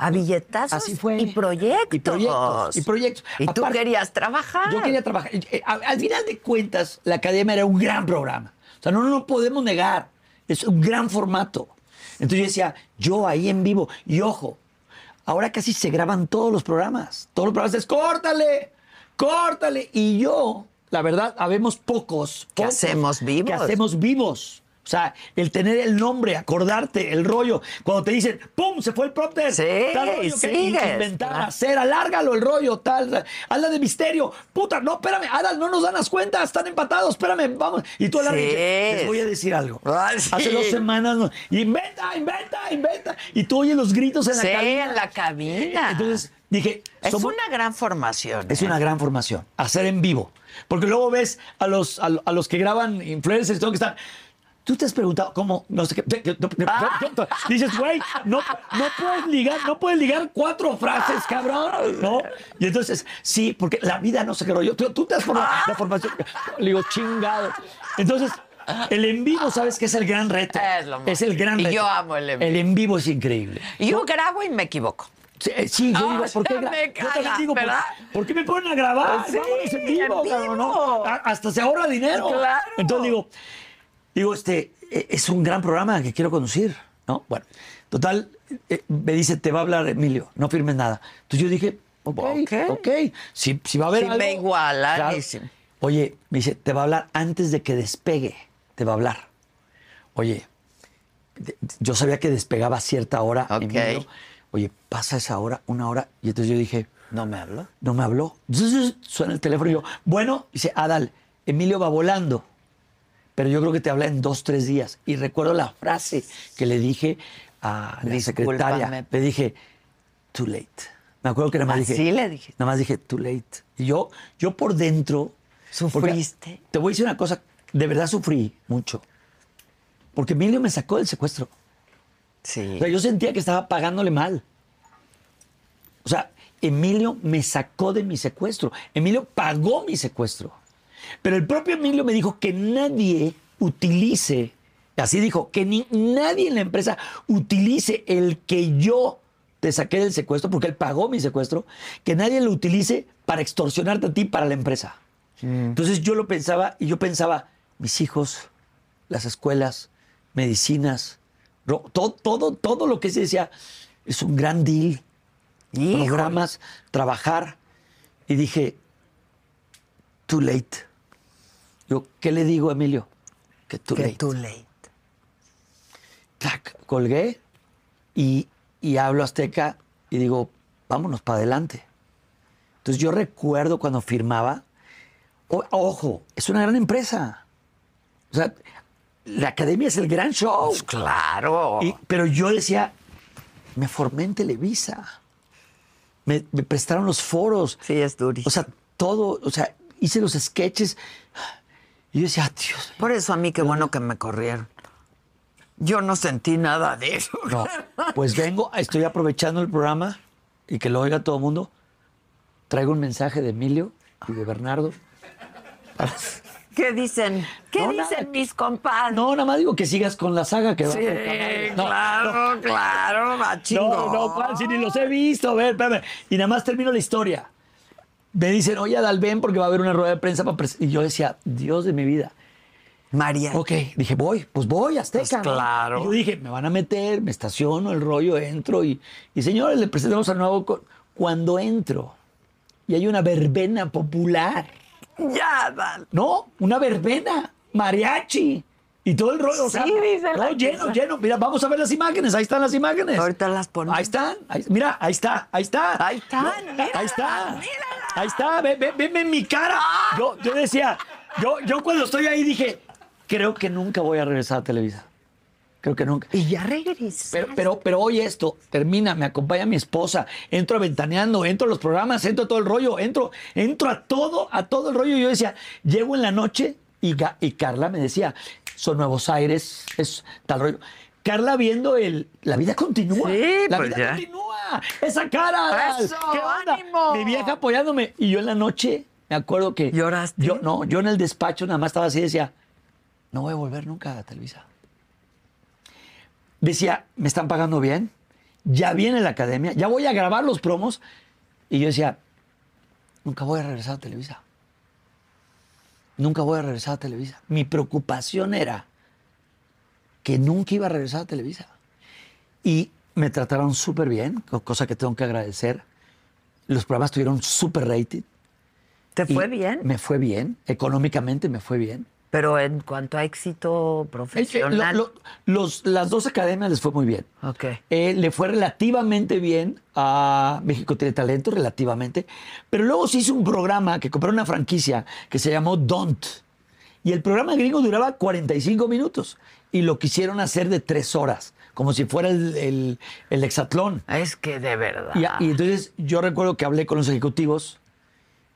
A billetazos
Así fue.
y proyectos.
Y proyectos. Y proyectos.
Y tú
Aparte-
querías trabajar.
Yo quería trabajar. Eh, a- Al final de cuentas, la academia era un gran programa. O sea, no no lo podemos negar. Es un gran formato. Entonces yo decía, yo ahí en vivo. Y ojo, ahora casi se graban todos los programas. Todos los programas es córtale, córtale. Y yo, la verdad, habemos pocos.
Que
pocos
hacemos vivos.
Que hacemos vivos. O sea, el tener el nombre, acordarte, el rollo. Cuando te dicen, ¡pum! Se fue el prompter.
Sí,
Tal rollo que-
sigues.
inventar,
Claro.
hacer, alárgalo el rollo, tal, hazla de misterio. Puta, no, espérame, Adal, no nos dan las cuentas, están empatados, espérame, vamos. Y tú alarga y dices,
Sí.
les voy a decir algo.
Ah, sí.
Hace dos semanas, no- inventa, inventa, inventa. Y tú oyes los gritos en la
Sí,
cabina.
en la cabina.
Entonces dije,
Es
somos-
una gran formación.
es
¿eh?
una gran formación, hacer en vivo. Porque luego ves a los, a, lo- a los que graban influencers y todo que están. Tú te has preguntado cómo, no sé qué. te- te- te- te-
Ah.
Dices, güey, no, no puedes ligar, no puedes ligar cuatro frases, cabrón. ¿No? Y entonces, sí, porque la vida no sé qué rollo. Tú, tú te has formado
Ah.
la formación. Le digo, chingado. Entonces, el en vivo, sabes que es el gran reto.
Es lo más.
el gran
Y
reto.
yo amo el en vivo.
El en vivo es increíble.
Yo grabo y me equivoco.
Sí, eh, sí, yo
Ah,
digo, ¿por qué,
ya
gra-
me
yo también
caga,
digo, ¿por,
¿verdad?
por qué me ponen a grabar?
Pues sí,
Vámonos en vivo,
en
cabrón, ¿no?
vivo.
A- Hasta se ahorra dinero.
Claro.
Entonces digo, digo, este, eh, es un gran programa que quiero conducir, ¿no? Bueno, total, eh, me dice, te va a hablar Emilio, no firmes nada. Entonces yo dije, ok, ok,
Ok.
si, si va a haber
Si me
algo.
igualan, y si-
Oye, me dice, te va a hablar antes de que despegue, te va a hablar. Oye, de- yo sabía que despegaba a cierta hora.
Ok.
Emilio. Oye, pasa esa hora, una hora. Y entonces yo dije,
¿No me habló?
no me habló. Zzzz, Suena el teléfono y yo, bueno, dice, Adal, Emilio va volando. Pero yo creo que te habla en dos, tres días. Y recuerdo la frase que le dije a la
Discúlpame.
secretaria. Le dije, too late. Me acuerdo que nada más
Así
dije.
le dijiste.
Nada más dije, too late. Y yo, yo por dentro. porque
Sufriste.
Te voy a decir una cosa, de verdad sufrí mucho. Porque Emilio me sacó del secuestro. O
Sí.
sea, yo sentía que estaba pagándole mal. O sea, Emilio me sacó de mi secuestro. Emilio pagó mi secuestro. Pero el propio Emilio me dijo que nadie utilice, así dijo, que ni, nadie en la empresa utilice el que yo te saqué del secuestro, porque él pagó mi secuestro, que nadie lo utilice para extorsionarte a ti, para la empresa. Entonces yo lo pensaba y yo pensaba, mis hijos, las escuelas, medicinas, ro- todo, todo, todo lo que se decía, es un gran deal
Híjole.
programas, trabajar. Y dije, too late. Yo, ¿qué le digo a Emilio? Que too
Que
late.
too late.
Tac, colgué y, y hablo azteca y digo, vámonos para adelante. Entonces yo recuerdo cuando firmaba, o- ojo, es una gran empresa. O sea, la academia es el gran show.
Pues claro.
Y- pero yo decía, me formé en Televisa. Me, me prestaron los foros.
Sí, es durísimo.
O sea, todo, o sea, hice los sketches. Y yo decía, "Ah, Dios mío".
Por eso a mí qué bueno que me corrieron. Yo no sentí nada de eso.
No, pues vengo, estoy aprovechando el programa y que lo oiga todo el mundo. Traigo un mensaje de Emilio y de Bernardo.
[LAUGHS] ¿Qué dicen? ¿Qué
No,
dicen
nada.
mis compadres?
No, nada más digo que sigas con la saga que va.
Ah. Sí,
por Canal. No,
claro, claro, va
No,
chingón.
no, Juan, si ni los he visto, a ver, espérame. Y nada más termino la historia. Me dicen, oye, Adal, ven porque va a haber una rueda de prensa. para pres-". Y yo decía, Dios de mi vida.
María.
Ok, dije, voy, pues voy, Azteca.
Pues claro.
Y yo dije, me van a meter, me estaciono, el rollo, entro y, y señores, le presentamos al nuevo. co-". Cuando entro y hay una verbena popular,
Ya, dale.
¿no? Una verbena, mariachi. Y todo el rollo, o sea,
Sí, dice la
todo lleno,
cosa.
lleno. Mira, vamos a ver las imágenes, ahí están las imágenes.
Ahorita las ponemos.
Ahí están, ahí- mira, ahí está, ahí está.
Ahí están,
No,
míralas,
ahí está.
míralas.
Ahí está, ve, ve, veme en mi cara. Yo, yo decía, yo, yo cuando estoy ahí dije, creo que nunca voy a regresar a Televisa. Creo que nunca.
Y ya regresé.
Pero, pero, pero hoy esto termina, me acompaña mi esposa, entro a ventaneando, entro a los programas, entro a todo el rollo, entro, entro a todo, a todo el rollo. Y yo decía, llego en la noche y, Ga- y Carla me decía, son Nuevos Aires, es tal rollo. Carla viendo el, la vida continúa,
Sí,
la
pues
vida
ya.
continúa, esa cara,
Eso,
¿qué onda?
ánimo.
Mi vieja apoyándome y yo en la noche me acuerdo que
¿Lloraste?
yo no, yo en el despacho nada más estaba así decía, no voy a volver nunca a Televisa decía, me están pagando bien, ya viene la academia, ya voy a grabar los promos. Y yo decía, nunca voy a regresar a Televisa. Nunca voy a regresar a Televisa. Mi preocupación era que nunca iba a regresar a Televisa. Y me trataron súper bien, co- cosa que tengo que agradecer. Los programas tuvieron súper rated.
¿Te
y
fue bien?
Me fue bien. Económicamente me fue bien.
Pero en cuanto a éxito
Es que lo-
profesional.
lo- los- las dos academias les fue muy bien.
Ok.
Eh, le fue relativamente bien a México Tiene Talento, relativamente. Pero luego se hizo un programa que compró una franquicia que se llamó Don't. Y el programa gringo duraba 45 minutos. Y lo quisieron hacer de tres horas, como si fuera el, el, el hexatlón.
Es que de verdad.
Y, a- y entonces yo recuerdo que hablé con los ejecutivos.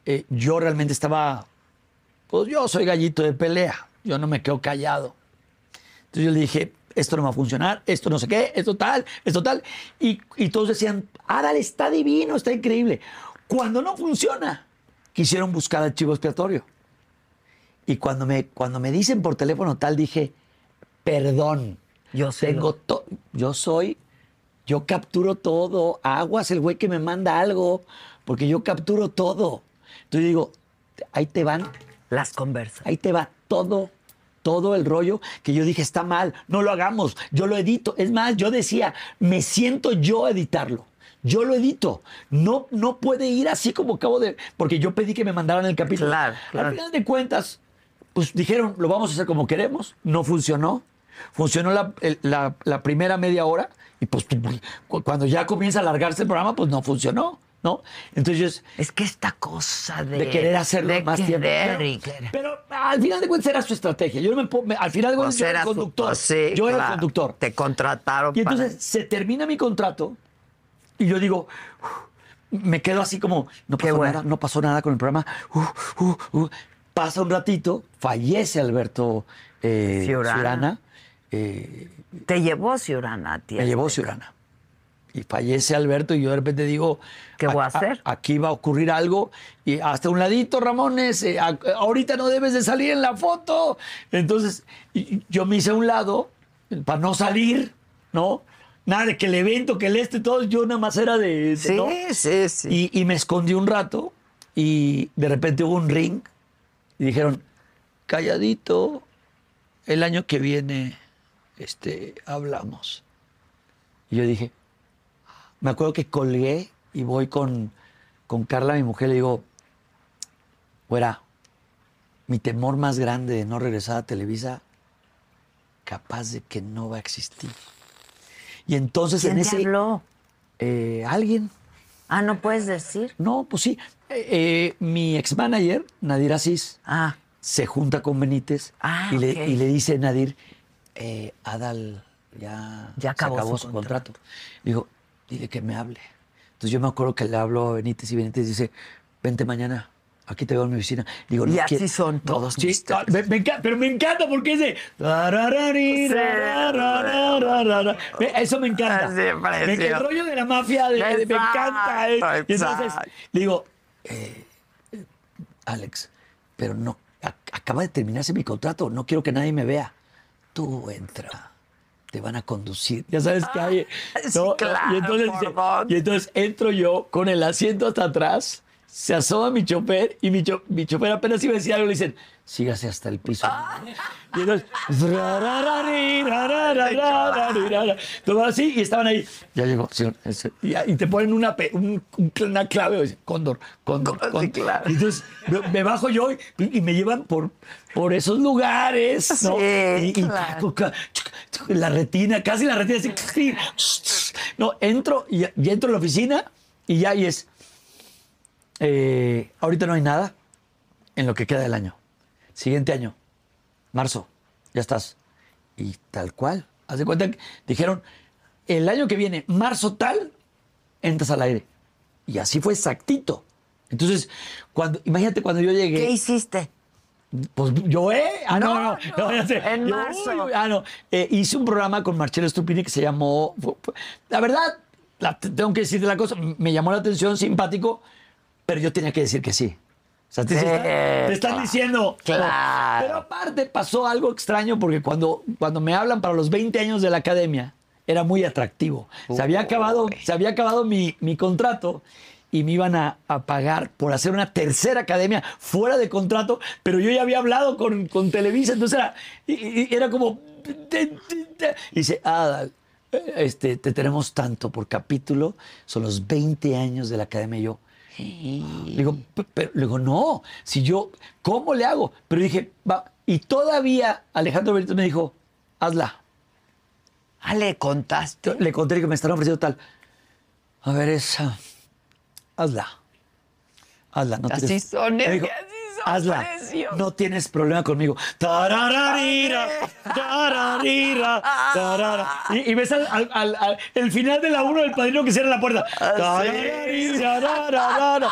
eh, yo realmente estaba. Pues yo soy gallito de pelea. Yo no me quedo callado. Entonces yo le dije, esto no va a funcionar, esto no sé qué, esto tal, esto tal. Y, y todos decían, Adal está divino, está increíble. Cuando no funciona, quisieron buscar al chivo expiatorio. Y cuando me, cuando me dicen por teléfono tal, dije, perdón.
Yo sé
Tengo
lo-
to- yo soy, yo capturo todo. Aguas el güey que me manda algo, porque yo capturo todo. Entonces digo, ahí te van
Las conversas.
Ahí te va todo, todo el rollo que yo dije, está mal, no lo hagamos, yo lo edito. Es más, yo decía, me siento yo a editarlo. Yo lo edito. No, no puede ir así como acabo de. Porque yo pedí que me mandaran el capítulo.
Claro, claro.
Al final de cuentas, pues dijeron, lo vamos a hacer como queremos. No funcionó. Funcionó la, el- la- la primera media hora y pues tú- cu- cuando ya comienza a alargarse el programa, pues no funcionó, ¿no? Entonces,
Es que esta cosa de.
de querer hacerlo
de
más tiempo.
querer
Pero-
y querer.
Pero, al final de cuentas era su estrategia. Yo no me, puedo- me- al final de
O
cuentas yo
sea,
era el
su-
conductor.
pues sí,
yo era el
claro.
conductor.
Te contrataron
Y entonces se termina mi contrato y yo digo, "Uf", me quedo así como, no
Qué
pasó
bueno.
nada, no pasó nada con el programa. Uf, uf, uf. Pasa un ratito, fallece Alberto eh,
Ciurana.
Ciurana. eh,
para- Te llevó Ciurana a ti.
me llevó Ciurana. Y fallece Alberto y yo de repente digo...
¿Qué voy a hacer?
aquí va a ocurrir algo. Y hasta un ladito, Ramones, eh, a- ahorita no debes de salir en la foto. Entonces y- y yo me hice a un lado eh, para no salir, ¿no? Nada de que el evento, que el este, todo, yo nada más era de... de-
Sí,
¿no?
sí, sí.
Y, y me escondí un rato y de repente hubo un ring y dijeron, calladito, el año que viene este, hablamos. Y yo dije, me acuerdo que colgué y voy con, con Carla, mi mujer, y le digo, fuera, mi temor más grande de no regresar a Televisa, capaz de que no va a existir. Y entonces
¿Quién
en
te
ese...
habló?
eh, alguien,
Ah, ¿no puedes decir?
no, pues sí. Eh, eh, mi ex manager, Nadir Asís,
Ah,
se junta con Benítez
Ah,
y, le,
ok.
y le dice a Nadir, eh, Adal ya,
Ya acabó
se acabó
su
su, contrato. Digo, dile que me hable. Entonces yo me acuerdo que le hablo a Benítez y Benítez dice, vente mañana. Aquí te veo en mi oficina. Digo,
Y
no
así
quiero-
son
no,
todos
sí,
mis
ah, me- me encanta- pero me encanta porque es de... tararari, tararararara. Ve, Eso me encanta.
Sí,
Me-
precioso.
el rollo de la mafia de- de- me encanta. eh.
Exacto,
Y entonces
exacto.
le digo, eh, eh, Alex, pero no, ac- acaba de terminarse mi contrato, no quiero que nadie me vea. Tú entra, te van a conducir. Ah, Ya sabes que hay.
sí, claro,
y, entonces,
por favor.
y entonces entro yo con el asiento hasta atrás, se asoma mi chofer y mi, cho- mi chofer apenas iba a decir algo, le dicen, sígase hasta el piso. Y entonces, [LAUGHS] "Rararari, rararararari, rara". todo así, y estaban ahí. Ya llegó, señor, ese- y, y te ponen una, pe- un- un- una clave, dicen, cóndor, cóndor,
Sí,
cóndor".
claro.
Y entonces me, me bajo yo y, y me llevan por, por esos lugares, ¿no?
Sí,
Y- y
claro.
taco, ca- chuc, chuc, la retina, casi la retina, así. No, entro y, y entro a la oficina y ya y es. eh, ahorita no hay nada en lo que queda del año. Siguiente año, marzo, ya estás. Y tal cual. Haz de cuenta que dijeron, el año que viene, marzo tal, entras al aire. Y así fue exactito. Entonces, cuando, imagínate cuando yo llegué.
¿Qué hiciste?
Pues yo, ¿eh? Ah, no, no, no, ya sé.
en
Yo,
marzo.
uy, uy, ah, no. Eh, hice un programa con Marcelo Stupini que se llamó. fu- fu- La verdad, la- te- tengo que decirte la cosa, m- me llamó la atención, simpático, pero yo tenía que decir que sí. O sea, te,
Sí,
te están, te están
claro.
diciendo.
Claro.
Pero aparte pasó algo extraño porque cuando, cuando me hablan para los 20 años de la academia, era muy atractivo. Se había acabado, se había acabado mi, mi contrato y me iban a, a pagar por hacer una tercera academia fuera de contrato, pero yo ya había hablado con, con Televisa, entonces era, y- y- era como... Y dice, ah, eh, este, te tenemos tanto por capítulo, son los 20 años de la academia. Y yo, le digo, "P- pero, le digo, no, si yo, ¿cómo le hago? Pero dije, va. Y todavía Alejandro Benítez me dijo, hazla.
Ah, le contaste.
Yo Le conté que me están ofreciendo tal. A ver, esa. Hazla. Hazla. No
Así
tienes...
son, es
Me
que así son,
Hazla.
precioso".
No tienes problema conmigo. Tarararira, tararira, tarara. Y, y ves al, al- al- al- el final de la uno del padrino que cierra la puerta. Tarararira, tararara.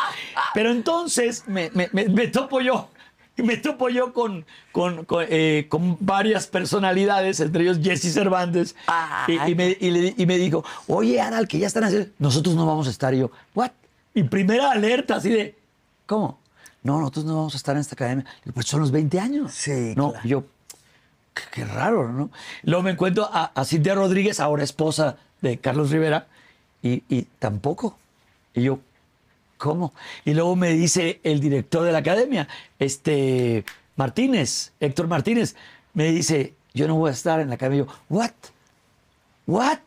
Pero entonces me, me- me- me topo yo. Me topo yo con, con, con, eh, con varias personalidades, entre ellos Jesse Cervantes,
Ah.
y, y me, y le- y me dijo, oye, Adal, que ya están haciendo... Nosotros no vamos a estar. Y yo, ¿what? Y primera alerta, así de, ¿cómo? No, nosotros no vamos a estar en esta academia. Le digo, pues son los 20 años.
Sí,
No,
claro.
yo, qué, qué raro, ¿no? Luego me encuentro a, a Cintia Rodríguez, ahora esposa de Carlos Rivera, y, y tampoco. Y yo, ¿cómo? Y luego me dice el director de la academia, este Martínez, Héctor Martínez, me dice, yo no voy a estar en la academia. Y yo, ¿what? ¿What?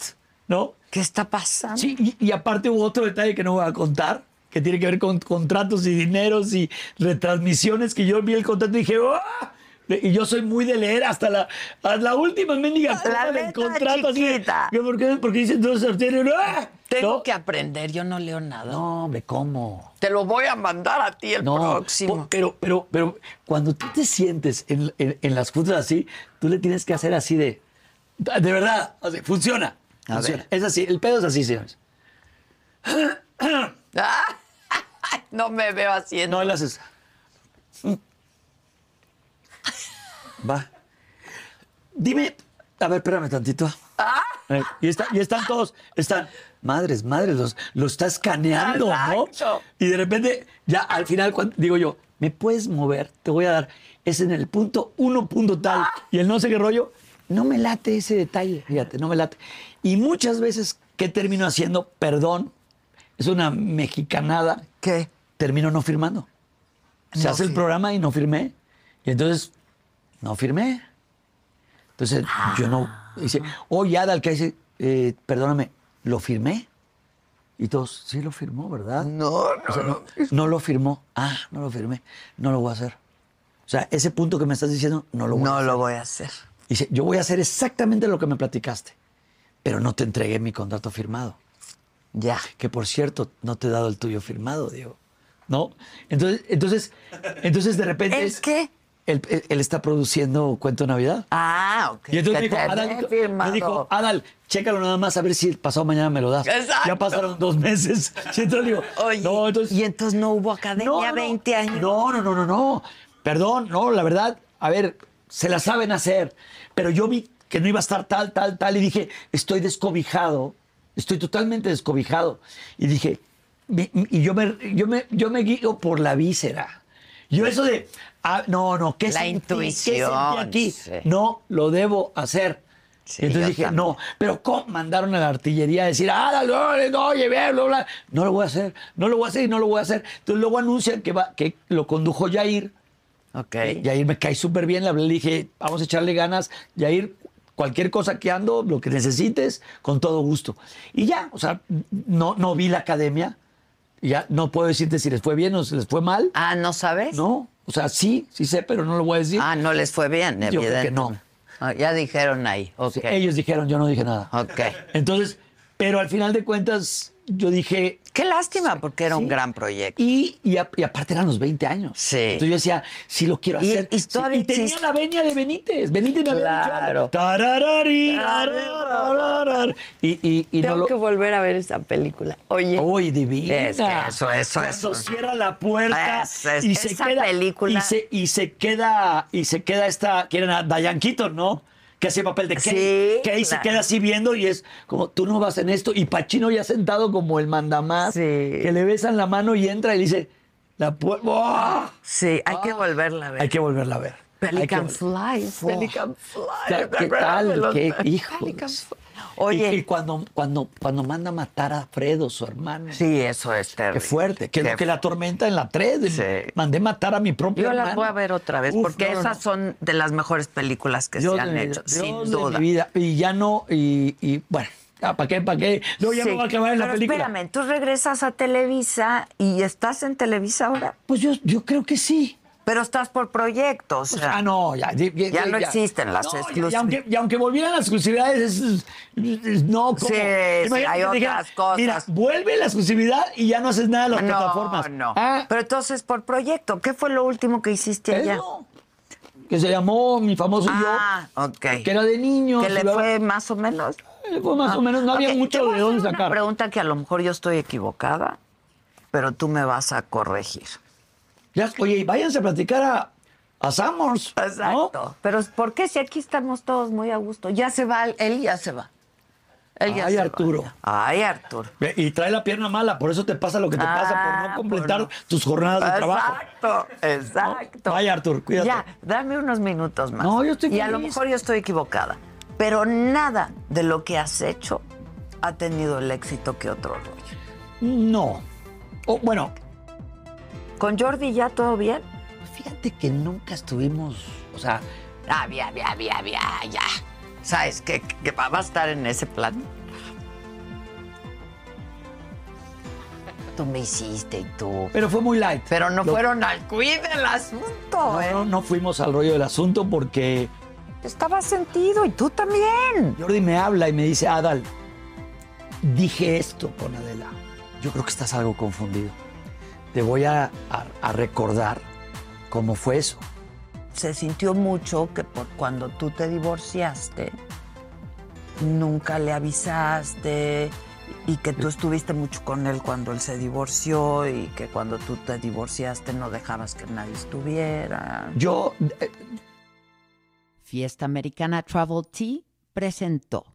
¿No?
¿Qué está pasando?
Sí, y, y aparte hubo otro detalle que no voy a contar, que tiene que ver con contratos y dineros y retransmisiones, que yo vi el contrato y dije, ¡ah! Y yo soy muy de leer hasta la, hasta la última mendiga
La
coma del
letra
así de-
chiquita.
que ¿Por qué? Porque dicen dos arterias. ¡ah!
Tengo
¿No?
que aprender, yo no leo nada.
No, hombre, ¿cómo?
Te lo voy a mandar a ti el
po- Pero, pero, pero cuando tú te sientes en, en- en las juntas así, tú le tienes que hacer así de. De verdad, así, funciona.
A
funciona. Es así, el pedo es así, señores.
Ah, [LAUGHS] no me veo haciendo.
No le haces. Va. Dime. A ver, espérame tantito. Eh, Y, está- y están todos, están, madres, madres, los, lo está escaneando,
Exacto.
¿no? Y de repente, ya al final, cuando- digo yo, ¿me puedes mover? Te voy a dar, es en el punto uno, punto tal, y el no sé qué rollo, no me late ese detalle, fíjate, no me late. Y muchas veces, ¿qué termino haciendo? Perdón, es una mexicanada
¿Qué?
termino no firmando. Se
No
hace el
fir-
programa y no firmé. Y entonces, no firmé. Entonces, yo no. Dice, oye, Adal, que dice, eh, perdóname, ¿lo firmé? Y todos, sí lo firmó, ¿verdad?
No, no.
O sea, no, no lo firmó. Ah, no lo firmé. No lo voy a hacer. O sea, ese punto que me estás diciendo, no lo voy a
No
hacer.
lo voy a hacer.
Dice, yo voy a hacer exactamente lo que me platicaste, pero no te entregué mi contrato firmado
Ya.
que por cierto no te he dado el tuyo firmado, digo. ¿No? Entonces, entonces, entonces de repente.
¿El qué?
Él, él- él está produciendo Cuento de Navidad.
Ah, ok.
Y entonces
Que
me dijo,
te dé
Adal,
firmado.
me dijo, "Ah, Adal, chécalo nada más a ver si pasado mañana me lo das.
Exacto.
Ya pasaron dos meses. [LAUGHS] Y entonces digo,
Oye,
no, entonces.
y entonces no hubo academia
No, no,
20 años.
No, no, no, no, no. Perdón, no, la verdad, a ver, se la saben hacer. Pero yo vi que no iba a estar tal, tal, tal, y dije, estoy descobijado, estoy totalmente descobijado. Y dije, mi- mi- y yo me, yo me, yo me guío por la víscera. Yo eso de, ah, no, no, ¿qué
Pues La
sentí? ¿Qué sentí
intuición,
aquí?
sí.
No lo debo hacer.
Sí,
y entonces
yo
dije,
también.
no, pero ¿cómo mandaron a la artillería a decir, ah, dale, no, oye, bien, bla, bla? No lo voy a hacer, no lo voy a hacer y no lo voy a hacer. Entonces luego anuncian que, va, que lo condujo Jair.
Ok.
Jair me cae súper bien, le hablé, le dije, vamos a echarle ganas, Jair, cualquier cosa que ando, lo que necesites, con todo gusto. Y ya, o sea, no, no vi la academia, ya no puedo decirte si les fue bien o si les fue mal.
Ah, ¿no sabes?
No, o sea, sí, sí sé, pero no lo voy a decir.
Ah, no les fue bien,
Yo creo que
evidentemente.
no.
Ah, ya dijeron ahí. Ok.
Sí, Ellos dijeron, yo no dije nada.
Ok.
Entonces, pero al final de cuentas, yo dije,
Qué lástima, porque era un
Sí.
gran proyecto.
y, y, a- y aparte eran los 20 años.
Sí.
Entonces yo decía, si lo quiero
Y-
hacer.
y
sí.
todavía
tenía
existe.
la venia de Benítez. Benítez me había
Claro.
dicho. Tararari, tararararar. Y, y, y no
Tengo
lo.
que volver a ver esa película. Oye,
Uy, divina.
Es que eso, eso,
Cuando
eso.
cierra la puerta
Eso es-
y se
esa
queda
película.
y se, y se queda y se queda esta que era Diane Keaton, ¿no? Que hacía papel de Kay.
Sí,
Kay se
claro.
queda así viendo y es como tú no vas en esto y Pachino ya sentado como el mandamás
Sí.
que le besan la mano y entra y le dice la puerta
Sí, hay
Ah.
que volverla a ver.
hay que volverla a ver. Hay que
Pelican
volver-
Fly.
Fua.
Pelican Fly.
Ya,
¿te
¿Qué
acuerdas de
tal?
los-
¿Qué hijo?
Pelican Fly. Oye.
Y, y cuando, cuando, cuando manda a matar a Fredo, su hermano.
Sí, eso es terrible.
Qué fuerte, que,
Qué
que la tormenta en la 3.
Sí.
Mandé matar a mi propio
Yo las
hermano.
voy a ver otra vez,
Uf,
porque
no, no,
esas
no.
son de las mejores películas que
Dios
se han
de mi
hecho,
vida,
sin
Dios de
duda.
mi vida. Y ya no, y, y bueno, ¿para qué? ¿Para qué? No, ya
Sí.
no va a acabar en la
Pero
película.
Espérame, tú regresas a Televisa y estás en Televisa ahora,
Pues yo, yo creo que sí.
pero estás por proyectos.
Pues, ah, no, ya. Ya,
Ya no existen las
ya-
exclusivas.
Y aunque, y aunque volvieran las exclusividades, es- es- es- no, ¿cómo?
Sí, sí,
Imagínate
hay
que te
otras cosas.
Mira, vuelve la exclusividad y ya no haces nada de las plataformas.
No, no.
Ah,
Pero entonces, por proyecto, ¿qué fue lo último que hiciste allá?
eso, Que se llamó mi famoso
Ah, ok.
yo, que era de niños.
Que le
y bla, bla,
fue más o menos.
Eh, Pues más o menos no había
Ok, te
mucho
voy a
de
hacer
dónde
una
sacar.
pregunta que a lo mejor yo estoy equivocada, pero tú me vas a corregir.
Ya, oye, y váyanse a platicar a, a Summers. ¿no?
Pero ¿por qué si aquí estamos todos muy a gusto? Ya se va, él ya se va. Él ya
Ay,
se va.
Arturo.
Ay, Arturo.
Ve, Y trae la pierna mala, por eso te pasa lo que te pasa, por
Ah,
no completar
por-
tus jornadas de trabajo.
Exacto, exacto.
¿No? Vaya, Artur, cuídate.
Ya, dame unos minutos más.
No, yo estoy
Y a lo
feliz.
mejor yo estoy equivocada, pero nada de lo que has hecho ha tenido el éxito que otro rollo.
No. O, bueno,
¿Con Jordi ya todo bien?
fíjate que nunca estuvimos. O sea,
Ah, bien, bien, bien, bien, ya. ¿Sabes qué? Que va va a estar en ese plan. Tú me hiciste y tú.
pero fue muy light.
Pero no
Lo-
fueron al cuid del asunto,
No,
¿eh?
no, no fuimos al rollo del asunto porque
Estaba sentido y tú también.
Jordi me habla y me dice, Adal, dije esto con Adela. Yo creo que estás algo confundido. Te voy a, a- a recordar cómo fue eso.
Se sintió mucho que por cuando tú te divorciaste, nunca le avisaste y que tú estuviste mucho con él cuando él se divorció y que cuando tú te divorciaste no dejabas que nadie estuviera.
Yo, eh,
Fiesta Americana Travel Tea presentó.